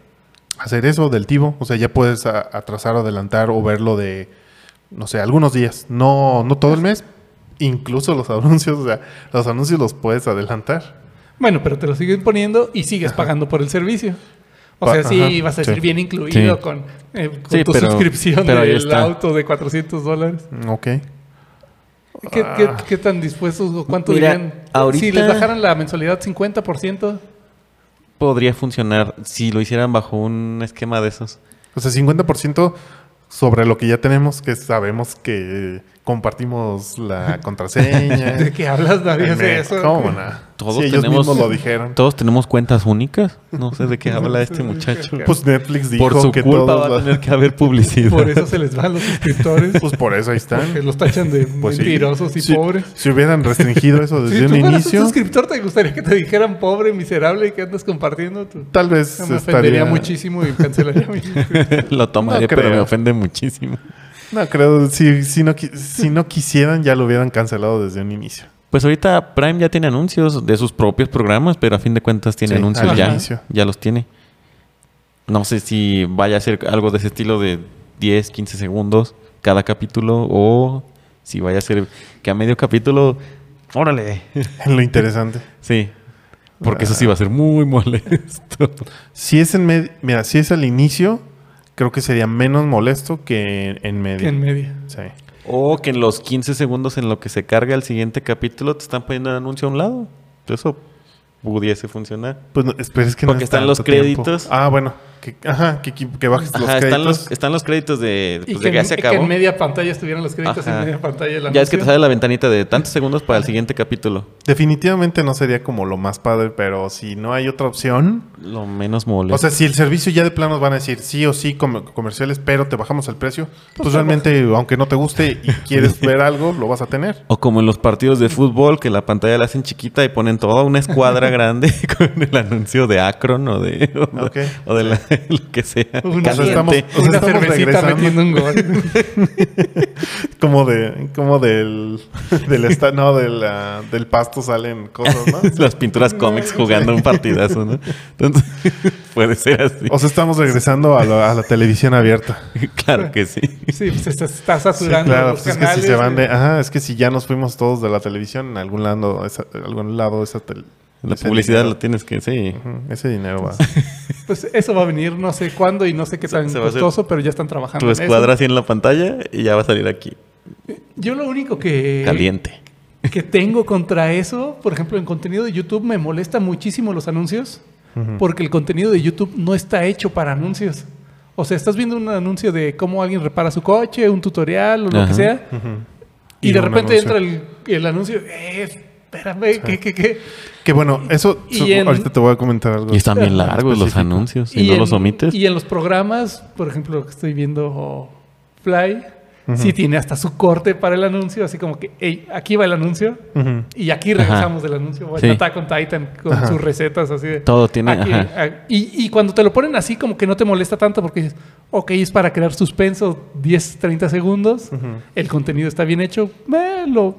Speaker 2: hacer eso del tivo. O sea, ya puedes a- atrasar, adelantar o verlo de, no sé, algunos días. No, no todo el mes. Incluso los anuncios, o sea, los anuncios los puedes adelantar.
Speaker 1: Bueno, pero te lo siguen poniendo y sigues pagando por el servicio. O
Speaker 2: Pa-
Speaker 1: sea, sí
Speaker 2: ajá,
Speaker 1: vas a decir
Speaker 2: sí.
Speaker 1: bien incluido
Speaker 3: Sí.
Speaker 1: con, eh, con
Speaker 3: Sí,
Speaker 1: tu
Speaker 3: pero-
Speaker 1: suscripción
Speaker 3: pero ahí
Speaker 1: del
Speaker 3: está.
Speaker 1: auto de 400 dólares.
Speaker 2: Mm, Ok.
Speaker 1: ¿Qué, qué,
Speaker 2: Ah.
Speaker 1: qué tan dispuestos o cuánto
Speaker 3: Mira,
Speaker 1: dirían?
Speaker 3: ahorita-
Speaker 1: Si les bajaran la mensualidad 50%,
Speaker 3: Podría funcionar si lo hicieran bajo un esquema de esos.
Speaker 2: O sea, 50% sobre lo que ya tenemos, que sabemos que compartimos la contraseña.
Speaker 1: ¿de qué hablas? Nadie hace
Speaker 2: Eh. Me-
Speaker 1: eso.
Speaker 2: ¿Cómo no?
Speaker 3: Todos
Speaker 2: Sí, ellos
Speaker 3: tenemos-
Speaker 2: mismos lo dijeron.
Speaker 3: Todos tenemos cuentas únicas. No sé de qué habla este muchacho.
Speaker 2: Pues Netflix dijo
Speaker 3: Por su
Speaker 2: que
Speaker 3: culpa
Speaker 2: todos
Speaker 3: va a
Speaker 2: la-
Speaker 3: tener que haber publicidad.
Speaker 1: Por eso se les van los suscriptores.
Speaker 2: Pues por eso ahí están.
Speaker 1: porque los tachan de
Speaker 2: Pues sí.
Speaker 1: mentirosos y
Speaker 2: si,
Speaker 1: pobres.
Speaker 2: Si hubieran restringido eso desde
Speaker 1: si tú
Speaker 2: un
Speaker 1: fueras un
Speaker 2: inicio,
Speaker 1: suscriptor, te gustaría que te dijeran pobre, miserable y que andas compartiendo. Tú.
Speaker 2: tal vez
Speaker 1: Me ofendería
Speaker 2: Pues estaría...
Speaker 1: muchísimo y cancelaría mi suscripción.
Speaker 3: lo tomaré,
Speaker 2: No
Speaker 3: pero
Speaker 2: creo.
Speaker 3: me ofende muchísimo.
Speaker 2: No, creo, si, si, no, qui- si no quisieran ya lo hubieran cancelado desde un inicio.
Speaker 3: Pues ahorita Prime ya tiene anuncios de sus propios programas, pero a fin de cuentas tiene
Speaker 2: Sí,
Speaker 3: anuncios
Speaker 2: al
Speaker 3: ya.
Speaker 2: inicio.
Speaker 3: Ya los tiene. No sé si vaya a ser algo de ese estilo de 10, 15 segundos cada capítulo o si vaya a ser que a medio capítulo, órale.
Speaker 2: En lo interesante.
Speaker 3: Sí. Porque eso sí va a ser muy molesto.
Speaker 2: Si es en medio... Mira, si es al inicio, creo que sería menos molesto que en medio.
Speaker 1: en media.
Speaker 2: Sí.
Speaker 3: O que en los 15 segundos en lo que se carga el siguiente capítulo te están poniendo el anuncio a un lado. Eso pudiese funcionar.
Speaker 2: Pues no, espera, es que no
Speaker 3: Porque
Speaker 2: es
Speaker 3: están los
Speaker 2: tanto tiempo.
Speaker 3: créditos.
Speaker 2: Ah, bueno. Que, ajá, que, que bajes los
Speaker 3: Ajá,
Speaker 2: créditos.
Speaker 3: están los, están los créditos de, pues,
Speaker 1: Y
Speaker 3: de
Speaker 1: que,
Speaker 3: que ya
Speaker 1: en,
Speaker 3: se
Speaker 1: y que
Speaker 3: acabó.
Speaker 1: en media pantalla estuvieran los créditos
Speaker 3: Ajá.
Speaker 1: en media pantalla. el
Speaker 3: Ya es que te
Speaker 1: anuncio.
Speaker 3: sale la ventanita de tantos segundos para el siguiente capítulo.
Speaker 2: Definitivamente no sería como lo más padre, pero si no hay otra opción...
Speaker 3: Lo menos molesto.
Speaker 2: O sea, si el servicio ya de plano van a decir sí o sí com- comerciales, pero te bajamos el precio, pues,
Speaker 1: te
Speaker 2: realmente, aunque no te guste y quieres ver algo, lo vas a tener.
Speaker 3: o como en los partidos de fútbol que la pantalla la hacen chiquita y ponen toda una escuadra grande con el anuncio de Akron o de o,
Speaker 2: Ok.
Speaker 3: o de la- lo que sea.
Speaker 1: Una-
Speaker 3: Caliente.
Speaker 2: estamos- O sea,
Speaker 1: Una
Speaker 2: estamos
Speaker 1: cervecita
Speaker 2: regresando.
Speaker 1: metiendo un gol.
Speaker 2: Como de, como del, del esta- no, de la- del pasto salen cosas, ¿no?
Speaker 3: Las pinturas cómics jugando un partidazo, ¿no? Entonces, puede ser así.
Speaker 2: O sea, estamos regresando a la, a la televisión abierta.
Speaker 3: claro que sí.
Speaker 1: Sí, pues está, está
Speaker 2: Sí,
Speaker 1: saturando.
Speaker 2: claro,
Speaker 1: los
Speaker 2: pues es que si
Speaker 1: canales,
Speaker 2: se van de,
Speaker 1: eh.
Speaker 2: ajá, es que si ya nos fuimos todos de la televisión, en algún lado, esa, algún lado esa tel-
Speaker 3: La
Speaker 2: ese
Speaker 3: publicidad la
Speaker 2: dinero-
Speaker 3: tienes que, sí.
Speaker 2: Ujú, ese dinero va.
Speaker 1: Pues eso va a venir no sé cuándo y no sé qué tan
Speaker 3: se va a hacer
Speaker 1: costoso, pero ya están
Speaker 2: Ah,
Speaker 1: trabajando.
Speaker 3: Tu
Speaker 1: en eso.
Speaker 3: escuadra así en la pantalla y ya va a salir aquí.
Speaker 1: Yo lo único que.
Speaker 3: Caliente.
Speaker 1: que tengo contra eso, por ejemplo, en contenido de YouTube me molesta muchísimo los anuncios porque el contenido de YouTube no está hecho para anuncios. O sea, estás viendo un anuncio de cómo alguien repara su coche, un tutorial o lo
Speaker 3: Ajá.
Speaker 1: que sea, y,
Speaker 2: Y
Speaker 1: de
Speaker 2: un
Speaker 1: repente entra
Speaker 2: anuncio.
Speaker 1: el, el anuncio, eh, espérame, ¿qué, qué, qué?
Speaker 2: Que bueno, eso
Speaker 1: Y
Speaker 2: su-
Speaker 1: en-
Speaker 2: ahorita te voy a comentar algo.
Speaker 3: Y están bien largos los
Speaker 2: específico.
Speaker 3: anuncios. Si no
Speaker 1: en-
Speaker 3: los omites.
Speaker 1: Y en los programas, por ejemplo, que estoy viendo Fly, sí tiene hasta su corte para el anuncio, así como que, hey, aquí va el anuncio.
Speaker 2: Ujú.
Speaker 1: Y aquí
Speaker 3: Ajá.
Speaker 1: regresamos del anuncio. O el
Speaker 3: Sí.
Speaker 1: Attack on Titan con
Speaker 2: Ajá.
Speaker 1: sus recetas así de.
Speaker 3: Todo tiene-
Speaker 1: aquí-
Speaker 3: ajá.
Speaker 1: a- y, y cuando te lo ponen así, como que no te molesta tanto porque dices, ok, es para crear suspenso 10, 30 segundos. El contenido está bien hecho. me lo,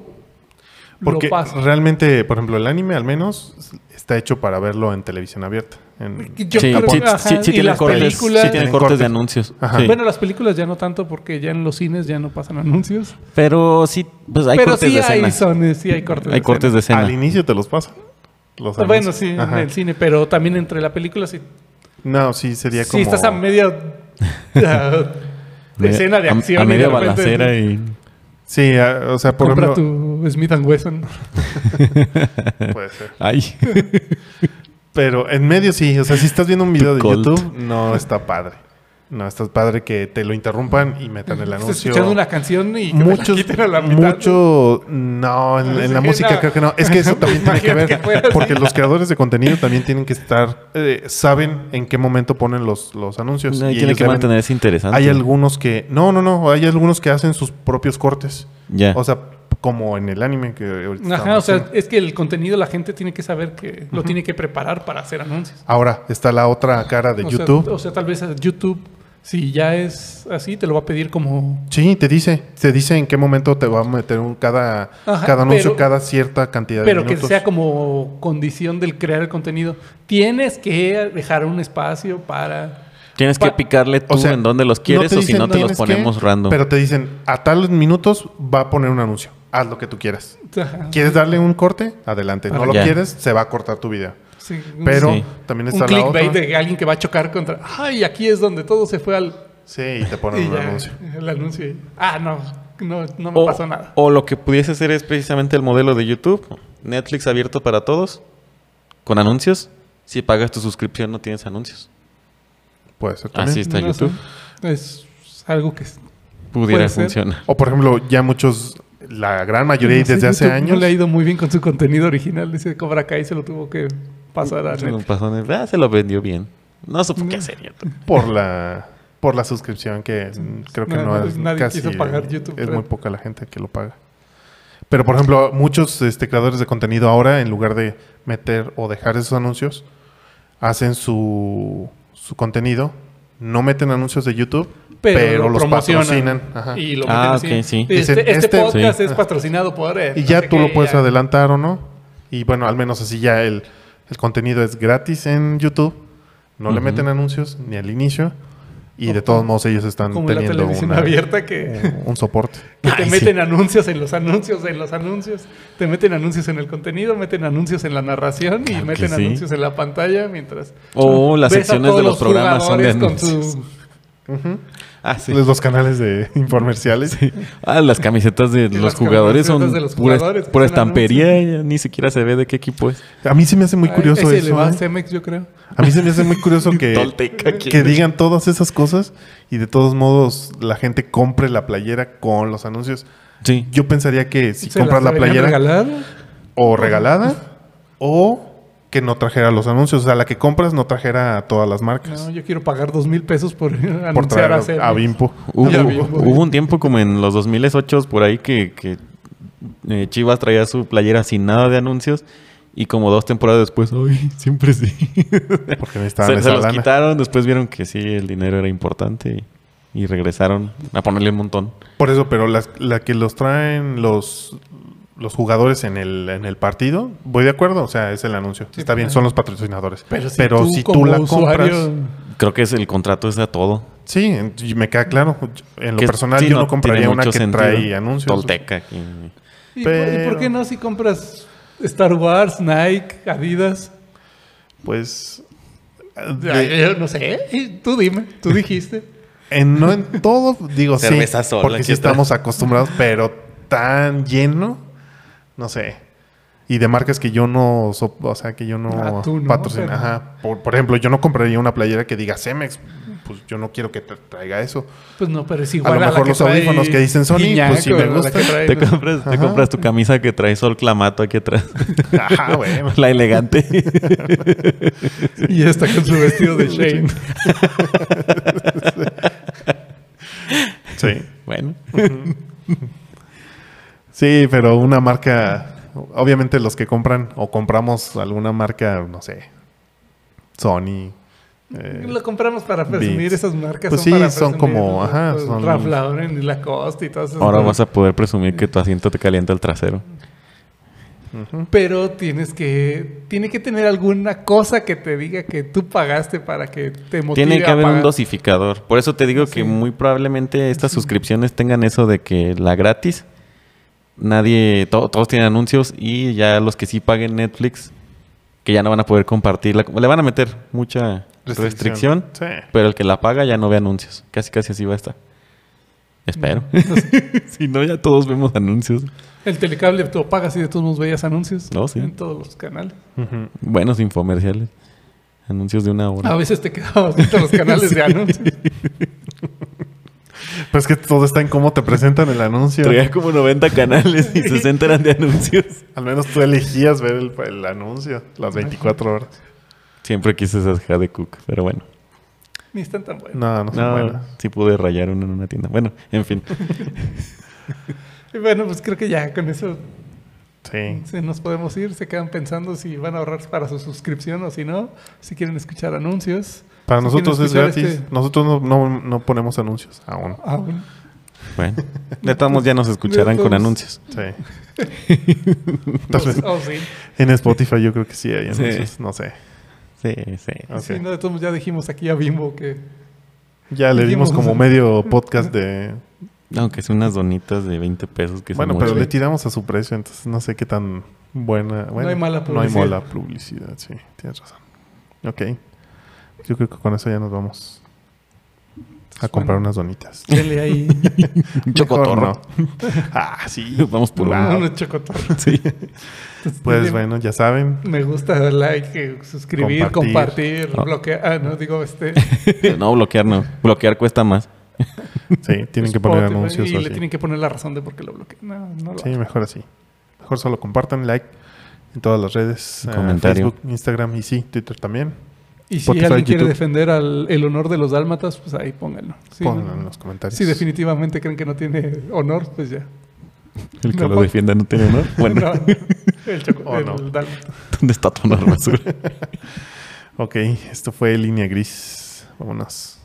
Speaker 2: Porque
Speaker 1: lo
Speaker 2: Ah.
Speaker 1: paso.
Speaker 2: realmente, por ejemplo, el anime al menos está hecho para verlo en televisión abierta. en-
Speaker 1: Yo
Speaker 3: sí,
Speaker 1: creo-
Speaker 3: sí,
Speaker 1: ajá,
Speaker 3: sí, sí
Speaker 1: y
Speaker 3: tienen
Speaker 1: las
Speaker 3: cortes, sí
Speaker 1: películas-
Speaker 3: tienen
Speaker 2: Tienen
Speaker 3: cortes de
Speaker 2: cortes.
Speaker 3: anuncios.
Speaker 2: Ajá.
Speaker 3: sí.
Speaker 1: Bueno, las películas ya no tanto porque ya en los cines ya no pasan anuncios.
Speaker 3: pero sí, pues hay
Speaker 1: pero
Speaker 3: cortes
Speaker 1: sí
Speaker 3: de
Speaker 1: hay
Speaker 3: escena.
Speaker 1: sones, sí hay cortes.
Speaker 3: hay cortes de escena.
Speaker 2: Al inicio te los pasan. Los
Speaker 1: escena. Bueno,
Speaker 2: anuncios.
Speaker 1: sí,
Speaker 2: Ajá.
Speaker 1: en el cine, pero también entre la película sí
Speaker 2: No, sí, sería
Speaker 1: Si
Speaker 2: como.
Speaker 1: estás a media uh, escena de
Speaker 3: A-
Speaker 1: acción.
Speaker 3: A,
Speaker 1: y de
Speaker 3: media
Speaker 1: repente
Speaker 3: balacera y.
Speaker 2: Sí, ah, o sea, por
Speaker 1: compra
Speaker 2: ejemplo.
Speaker 1: tu Smith and Wesson.
Speaker 2: Puede ser.
Speaker 3: Ay.
Speaker 1: Pues,
Speaker 2: Pero en medio sí. O sea, si estás viendo un video de
Speaker 3: Colt.
Speaker 2: YouTube, no está padre. No está padre que te lo interrumpan y metan el
Speaker 1: Estás
Speaker 2: anuncio.
Speaker 1: escuchando una canción y que te la
Speaker 2: Muchos,
Speaker 1: quiten a la mitad.
Speaker 2: mucho, no, en, en la
Speaker 1: Sí,
Speaker 2: música
Speaker 1: no.
Speaker 2: creo que no. Es que eso también tiene que
Speaker 1: Imagínate que fuera
Speaker 2: ver,
Speaker 1: así.
Speaker 2: porque los creadores de contenido también tienen que estar, eh, saben en qué momento ponen los, los anuncios.
Speaker 3: No,
Speaker 2: y
Speaker 3: y tiene
Speaker 2: ellos
Speaker 3: que
Speaker 2: deben-
Speaker 3: mantenerse interesante.
Speaker 2: Hay algunos que, no, no, no, hay algunos que hacen sus propios cortes.
Speaker 3: Ya.
Speaker 2: O sea, como en el anime que ahorita
Speaker 1: Ajá, o
Speaker 2: estábamos
Speaker 1: sea,
Speaker 2: haciendo.
Speaker 1: es que el contenido la gente tiene que saber que lo tiene que preparar para hacer anuncios.
Speaker 2: Ahora está la otra cara de
Speaker 1: O sea,
Speaker 2: YouTube.
Speaker 1: o sea, tal vez a YouTube, si ya es así, te lo va a pedir como...
Speaker 2: Sí, te dice, te dice en qué momento te va a meter un cada,
Speaker 1: Ajá,
Speaker 2: cada anuncio,
Speaker 1: pero-
Speaker 2: cada cierta cantidad
Speaker 1: Pero
Speaker 2: de
Speaker 1: que
Speaker 2: minutos.
Speaker 1: sea como condición del crear el contenido. Tienes que dejar un espacio para...
Speaker 3: Tienes que
Speaker 1: pa-
Speaker 3: picarle tú
Speaker 2: O sea,
Speaker 3: en dónde los
Speaker 2: no
Speaker 3: quieres
Speaker 2: te
Speaker 3: o si
Speaker 2: dicen
Speaker 3: no te los
Speaker 2: tienes que,
Speaker 3: ponemos random.
Speaker 2: Pero te dicen, a tal minutos va a poner un anuncio. haz lo que tú quieras.
Speaker 1: Ajá.
Speaker 2: ¿Quieres darle un corte? Adelante. No
Speaker 1: Ah,
Speaker 2: lo
Speaker 3: ya.
Speaker 2: quieres, se va a cortar tu video.
Speaker 1: Sí, un-
Speaker 2: Pero
Speaker 3: Sí.
Speaker 2: también
Speaker 1: un
Speaker 2: está la otra.
Speaker 1: clickbait de alguien que va a chocar contra. Ay, aquí es donde todo se fue al.
Speaker 2: Sí, y te ponen
Speaker 1: Y
Speaker 2: un
Speaker 1: ya,
Speaker 2: anuncio.
Speaker 1: el anuncio. y- Ah, no, no, no me
Speaker 3: O,
Speaker 1: pasó nada.
Speaker 3: o lo que pudiese hacer es precisamente el modelo de YouTube. Netflix abierto para todos, con anuncios. Si pagas tu suscripción no tienes anuncios.
Speaker 2: Puede ser también.
Speaker 3: Así está
Speaker 1: No sé,
Speaker 3: YouTube.
Speaker 1: Es algo que.
Speaker 3: Pudiera
Speaker 1: Puede ser.
Speaker 3: funcionar.
Speaker 2: O por ejemplo, ya muchos, la gran mayoría y
Speaker 1: no sé,
Speaker 2: desde hace
Speaker 1: YouTube
Speaker 2: años.
Speaker 1: No le ha ido muy bien con su contenido original. Dice Cobra Kai se lo tuvo que pasar a Mm.
Speaker 3: Se lo,
Speaker 1: Netflix.
Speaker 3: pasó en el- ah, se lo vendió bien. No supo qué hacer. YouTube.
Speaker 2: por la por la suscripción que mm, creo que
Speaker 1: No,
Speaker 2: no, es
Speaker 1: nadie
Speaker 2: casi
Speaker 1: quiso pagar YouTube
Speaker 2: es
Speaker 1: Red.
Speaker 2: muy poca la gente que lo paga pero por ejemplo muchos este, creadores de contenido ahora en lugar de meter o dejar esos anuncios hacen su su contenido no meten anuncios de YouTube pero, los patrocinan Ajá.
Speaker 1: Y
Speaker 2: Y,
Speaker 1: lo
Speaker 3: Ah,
Speaker 1: meten así.
Speaker 3: ok, sí.
Speaker 1: Este,
Speaker 2: Dicen,
Speaker 1: este
Speaker 2: este-
Speaker 1: podcast
Speaker 3: Sí.
Speaker 1: es patrocinado por. eh, no
Speaker 2: ya
Speaker 1: sé
Speaker 2: tú
Speaker 1: qué,
Speaker 2: lo puedes
Speaker 1: ya.
Speaker 2: adelantar o no y bueno al menos así ya el el contenido es gratis en YouTube no le
Speaker 3: Ujú.
Speaker 2: meten anuncios ni al inicio y de
Speaker 1: Ojo.
Speaker 2: todos modos ellos están
Speaker 1: Oh, Como en la
Speaker 2: teniendo
Speaker 1: televisión
Speaker 2: una,
Speaker 1: abierta que.
Speaker 2: un soporte.
Speaker 1: que te
Speaker 3: Ay, sí.
Speaker 1: meten anuncios en los anuncios, en los anuncios. Te meten anuncios en el contenido, meten anuncios en la narración
Speaker 3: Claro
Speaker 1: y
Speaker 3: que
Speaker 1: meten
Speaker 3: sí.
Speaker 1: anuncios en la pantalla mientras.
Speaker 3: O las
Speaker 1: ves a
Speaker 3: secciones
Speaker 1: todos
Speaker 3: de los programas son de
Speaker 1: jugadores con
Speaker 3: anuncios.
Speaker 1: su-
Speaker 3: Ah, sí.
Speaker 2: Los canales de informerciales.
Speaker 3: Ah, las camisetas de
Speaker 1: Sí, las
Speaker 3: los jugadores son
Speaker 1: camisetas de los
Speaker 3: pura,
Speaker 1: jugadores pues, que
Speaker 3: pura
Speaker 1: son anuncios.
Speaker 3: estampería. ya Ni siquiera se ve de qué equipo es.
Speaker 2: A mí se me hace muy
Speaker 1: Ay,
Speaker 2: curioso
Speaker 1: ese le
Speaker 2: eso.
Speaker 1: va a
Speaker 2: ¿eh?
Speaker 1: Cemex, yo creo.
Speaker 2: A mí se me hace muy curioso que,
Speaker 3: Tolteca, ¿quién
Speaker 2: que
Speaker 3: es?
Speaker 2: digan todas esas cosas y de todos modos la gente compre la playera con los anuncios.
Speaker 3: Sí.
Speaker 2: Yo pensaría que si
Speaker 1: Se
Speaker 2: compras
Speaker 1: las
Speaker 2: la
Speaker 1: deberían
Speaker 2: playera
Speaker 1: regalar.
Speaker 2: o regalada o que no trajera los anuncios. O sea, la que compras no trajera a todas las marcas.
Speaker 1: No, yo quiero pagar dos mil pesos por
Speaker 2: por
Speaker 1: anunciar
Speaker 2: traer
Speaker 1: a
Speaker 2: a,
Speaker 1: Cemex.
Speaker 2: Bimpo.
Speaker 3: Hubo,
Speaker 1: Ya vi, pues. güey.
Speaker 3: hubo un tiempo como en los 2008 por ahí que, que, eh, Chivas traía su playera sin nada de anuncios y como dos temporadas después, ¡ay! Siempre sí.
Speaker 2: Porque necesitaban
Speaker 3: se, se
Speaker 2: esa
Speaker 3: los
Speaker 2: lana.
Speaker 3: quitaron, después vieron que sí, el dinero era importante y, y regresaron a ponerle un montón.
Speaker 2: Por eso, pero las, la que los traen los, los jugadores en el, en el partido, voy de acuerdo, o sea, es el anuncio.
Speaker 1: Sí,
Speaker 2: Está bien,
Speaker 1: claro.
Speaker 2: son los patrocinadores. Pero
Speaker 1: Pero
Speaker 2: si
Speaker 1: si
Speaker 2: tú,
Speaker 1: tú, como
Speaker 2: la
Speaker 1: usuario-
Speaker 2: compras,
Speaker 3: Creo que es el contrato es a todo.
Speaker 2: sí, en- y me queda claro. En lo
Speaker 3: Que-
Speaker 2: personal,
Speaker 3: sí,
Speaker 2: yo no,
Speaker 3: tiene
Speaker 2: compraría una
Speaker 3: mucho
Speaker 2: que
Speaker 3: sentido.
Speaker 2: trae anuncios.
Speaker 3: Tolteca. que-
Speaker 1: ¿Y, por- y por,
Speaker 2: Pero-
Speaker 1: qué no si compras Star Wars, Nike, Adidas?
Speaker 2: Pues
Speaker 1: Ay, yo no sé. Y Tú dime, tú dijiste.
Speaker 2: en, no en todo, digo sí,
Speaker 3: Cerveza sola,
Speaker 2: porque sí
Speaker 3: ¿qué tal?
Speaker 2: estamos acostumbrados, pero tan lleno, no sé. Y de marcas que yo no, so- o sea, que yo no,
Speaker 1: Ah, tú no,
Speaker 2: patrocino.
Speaker 1: pero-
Speaker 2: Ajá. Por, por ejemplo, yo no compraría una playera que diga Cemex. Pues yo no quiero que tra- traiga eso.
Speaker 1: Pues no, pero es igual.
Speaker 2: A lo
Speaker 1: la
Speaker 2: mejor
Speaker 1: que
Speaker 2: los
Speaker 1: trae
Speaker 2: audífonos que dicen Sony, pues
Speaker 1: Guiñac,
Speaker 2: sí me
Speaker 1: o la que
Speaker 2: gustan.
Speaker 1: trae-
Speaker 3: Te compras, te
Speaker 2: Ajá.
Speaker 3: compras tu camisa que trae sol clamato aquí atrás.
Speaker 2: Ajá, bueno.
Speaker 3: La elegante.
Speaker 1: Y está con su vestido de Shane.
Speaker 2: Sí.
Speaker 3: bueno.
Speaker 2: Sí, pero una marca. Obviamente los que compran o compramos alguna marca, no sé. Sony. eh,
Speaker 1: Lo compramos para presumir
Speaker 2: Beats.
Speaker 1: esas marcas.
Speaker 2: Pues sí,
Speaker 1: para
Speaker 2: son
Speaker 1: presumir
Speaker 2: como,
Speaker 1: los-
Speaker 2: ajá,
Speaker 1: los
Speaker 2: son-
Speaker 1: Ralph Lauren y Lacoste y todas esas
Speaker 3: Ahora
Speaker 1: cosas.
Speaker 3: vas a poder presumir que tu asiento te calienta el trasero.
Speaker 1: Pero tienes que... Tiene que tener alguna cosa que te diga que tú pagaste para que te
Speaker 2: Pues
Speaker 1: motive
Speaker 3: Tiene que
Speaker 1: a
Speaker 3: haber un
Speaker 1: pagar.
Speaker 3: dosificador. Por eso te digo
Speaker 1: Sí.
Speaker 3: que muy probablemente estas suscripciones tengan eso de que la gratis, nadie, to- todos tienen anuncios y ya los que sí paguen Netflix, que ya no van a poder compartirla, le van a meter mucha restricción,
Speaker 2: Sí.
Speaker 3: pero el que la paga ya no ve anuncios. Casi, casi así va a estar. Espero.
Speaker 2: Mm.
Speaker 3: si no, ya todos vemos anuncios.
Speaker 1: El telecable tú lo pagas y de todos modos veías anuncios.
Speaker 3: No, sí.
Speaker 1: En todos los canales.
Speaker 2: Ujú.
Speaker 3: Buenos infomerciales. Anuncios de una hora.
Speaker 2: Ah,
Speaker 1: A veces te quedabas viendo los canales de anuncios.
Speaker 2: Pero Pues es que todo está en cómo te presentan el anuncio.
Speaker 3: Traía como 90 canales y 60 eran de anuncios.
Speaker 2: Al menos tú elegías ver el, el anuncio las 24 horas.
Speaker 3: Siempre quise esas Jade Cook, pero bueno.
Speaker 1: Ni están tan buenos.
Speaker 2: No, no, son
Speaker 3: No,
Speaker 2: buenas.
Speaker 3: sí pude rayar uno en una tienda. Bueno, en fin.
Speaker 1: Y bueno, pues creo que ya con eso
Speaker 2: Sí.
Speaker 1: se nos podemos ir. Se quedan pensando si van a ahorrar para su suscripción o si no. Si quieren escuchar anuncios.
Speaker 2: Para
Speaker 1: Si
Speaker 2: nosotros
Speaker 1: quieren
Speaker 2: es gratis.
Speaker 1: escuchar este-
Speaker 2: Nosotros no, no, no ponemos anuncios aún.
Speaker 1: Aún.
Speaker 3: Bueno. De todos modos ya nos escucharán con
Speaker 1: todos-
Speaker 3: anuncios.
Speaker 2: Sí. Tal vez
Speaker 1: Oh, sí.
Speaker 2: en Spotify yo creo que sí hay
Speaker 3: Sí.
Speaker 2: anuncios. No sé.
Speaker 3: Sí, sí.
Speaker 2: Ok.
Speaker 1: Sí, no, de todos modos ya dijimos aquí a Bimbo que
Speaker 2: Ya le dimos
Speaker 1: Dijimos,
Speaker 2: como
Speaker 1: o sea-
Speaker 2: medio podcast de,
Speaker 3: Aunque son unas donitas de 20 pesos que se
Speaker 2: Bueno,
Speaker 3: mueren.
Speaker 2: pero le tiramos a su precio, entonces no sé qué tan buena. bueno,
Speaker 1: hay mala
Speaker 2: No hay
Speaker 1: publicidad.
Speaker 2: mala publicidad, sí, tienes razón. Ok. Yo creo que con eso ya nos vamos a comprar unas donitas.
Speaker 1: Dele ahí
Speaker 3: Un
Speaker 2: Mejor
Speaker 3: chocotorro.
Speaker 2: no. ah, sí.
Speaker 3: Vamos por
Speaker 2: Wow.
Speaker 3: uno.
Speaker 1: unos chocotorros.
Speaker 3: Sí.
Speaker 2: Pues bueno, ya saben.
Speaker 1: Me gusta dar like, eh, suscribir,
Speaker 2: Compartir.
Speaker 1: compartir,
Speaker 3: No.
Speaker 1: bloquear. Ah, no, digo este.
Speaker 3: No, bloquear no. Bloquear cuesta más.
Speaker 2: Sí, tienen que poner
Speaker 1: Spotify,
Speaker 2: anuncios.
Speaker 1: Y
Speaker 2: o
Speaker 1: le
Speaker 2: así.
Speaker 1: tienen que poner la razón de por qué lo bloqueé. No, no lo
Speaker 2: Sí,
Speaker 1: hago.
Speaker 2: mejor así. Mejor solo compartan, like en todas las redes.
Speaker 3: Un
Speaker 2: eh,
Speaker 3: comentario.
Speaker 2: Facebook, Instagram y sí, Twitter también.
Speaker 1: Y si
Speaker 2: Spotify,
Speaker 1: alguien quiere
Speaker 2: YouTube.
Speaker 1: defender al, el honor de los dálmatas, pues ahí pónganlo. Sí,
Speaker 2: Pónganlo
Speaker 1: no-
Speaker 2: en los comentarios.
Speaker 1: Si definitivamente creen que no tiene honor, pues ya.
Speaker 3: El que
Speaker 1: No,
Speaker 3: lo
Speaker 1: pa-
Speaker 3: defienda no tiene honor. Bueno,
Speaker 1: No, no. el choco,
Speaker 2: Oh,
Speaker 1: el
Speaker 2: no.
Speaker 1: dálmata.
Speaker 3: ¿dónde está tu honor basura?
Speaker 2: Ok, esto fue Línea Gris. Vámonos.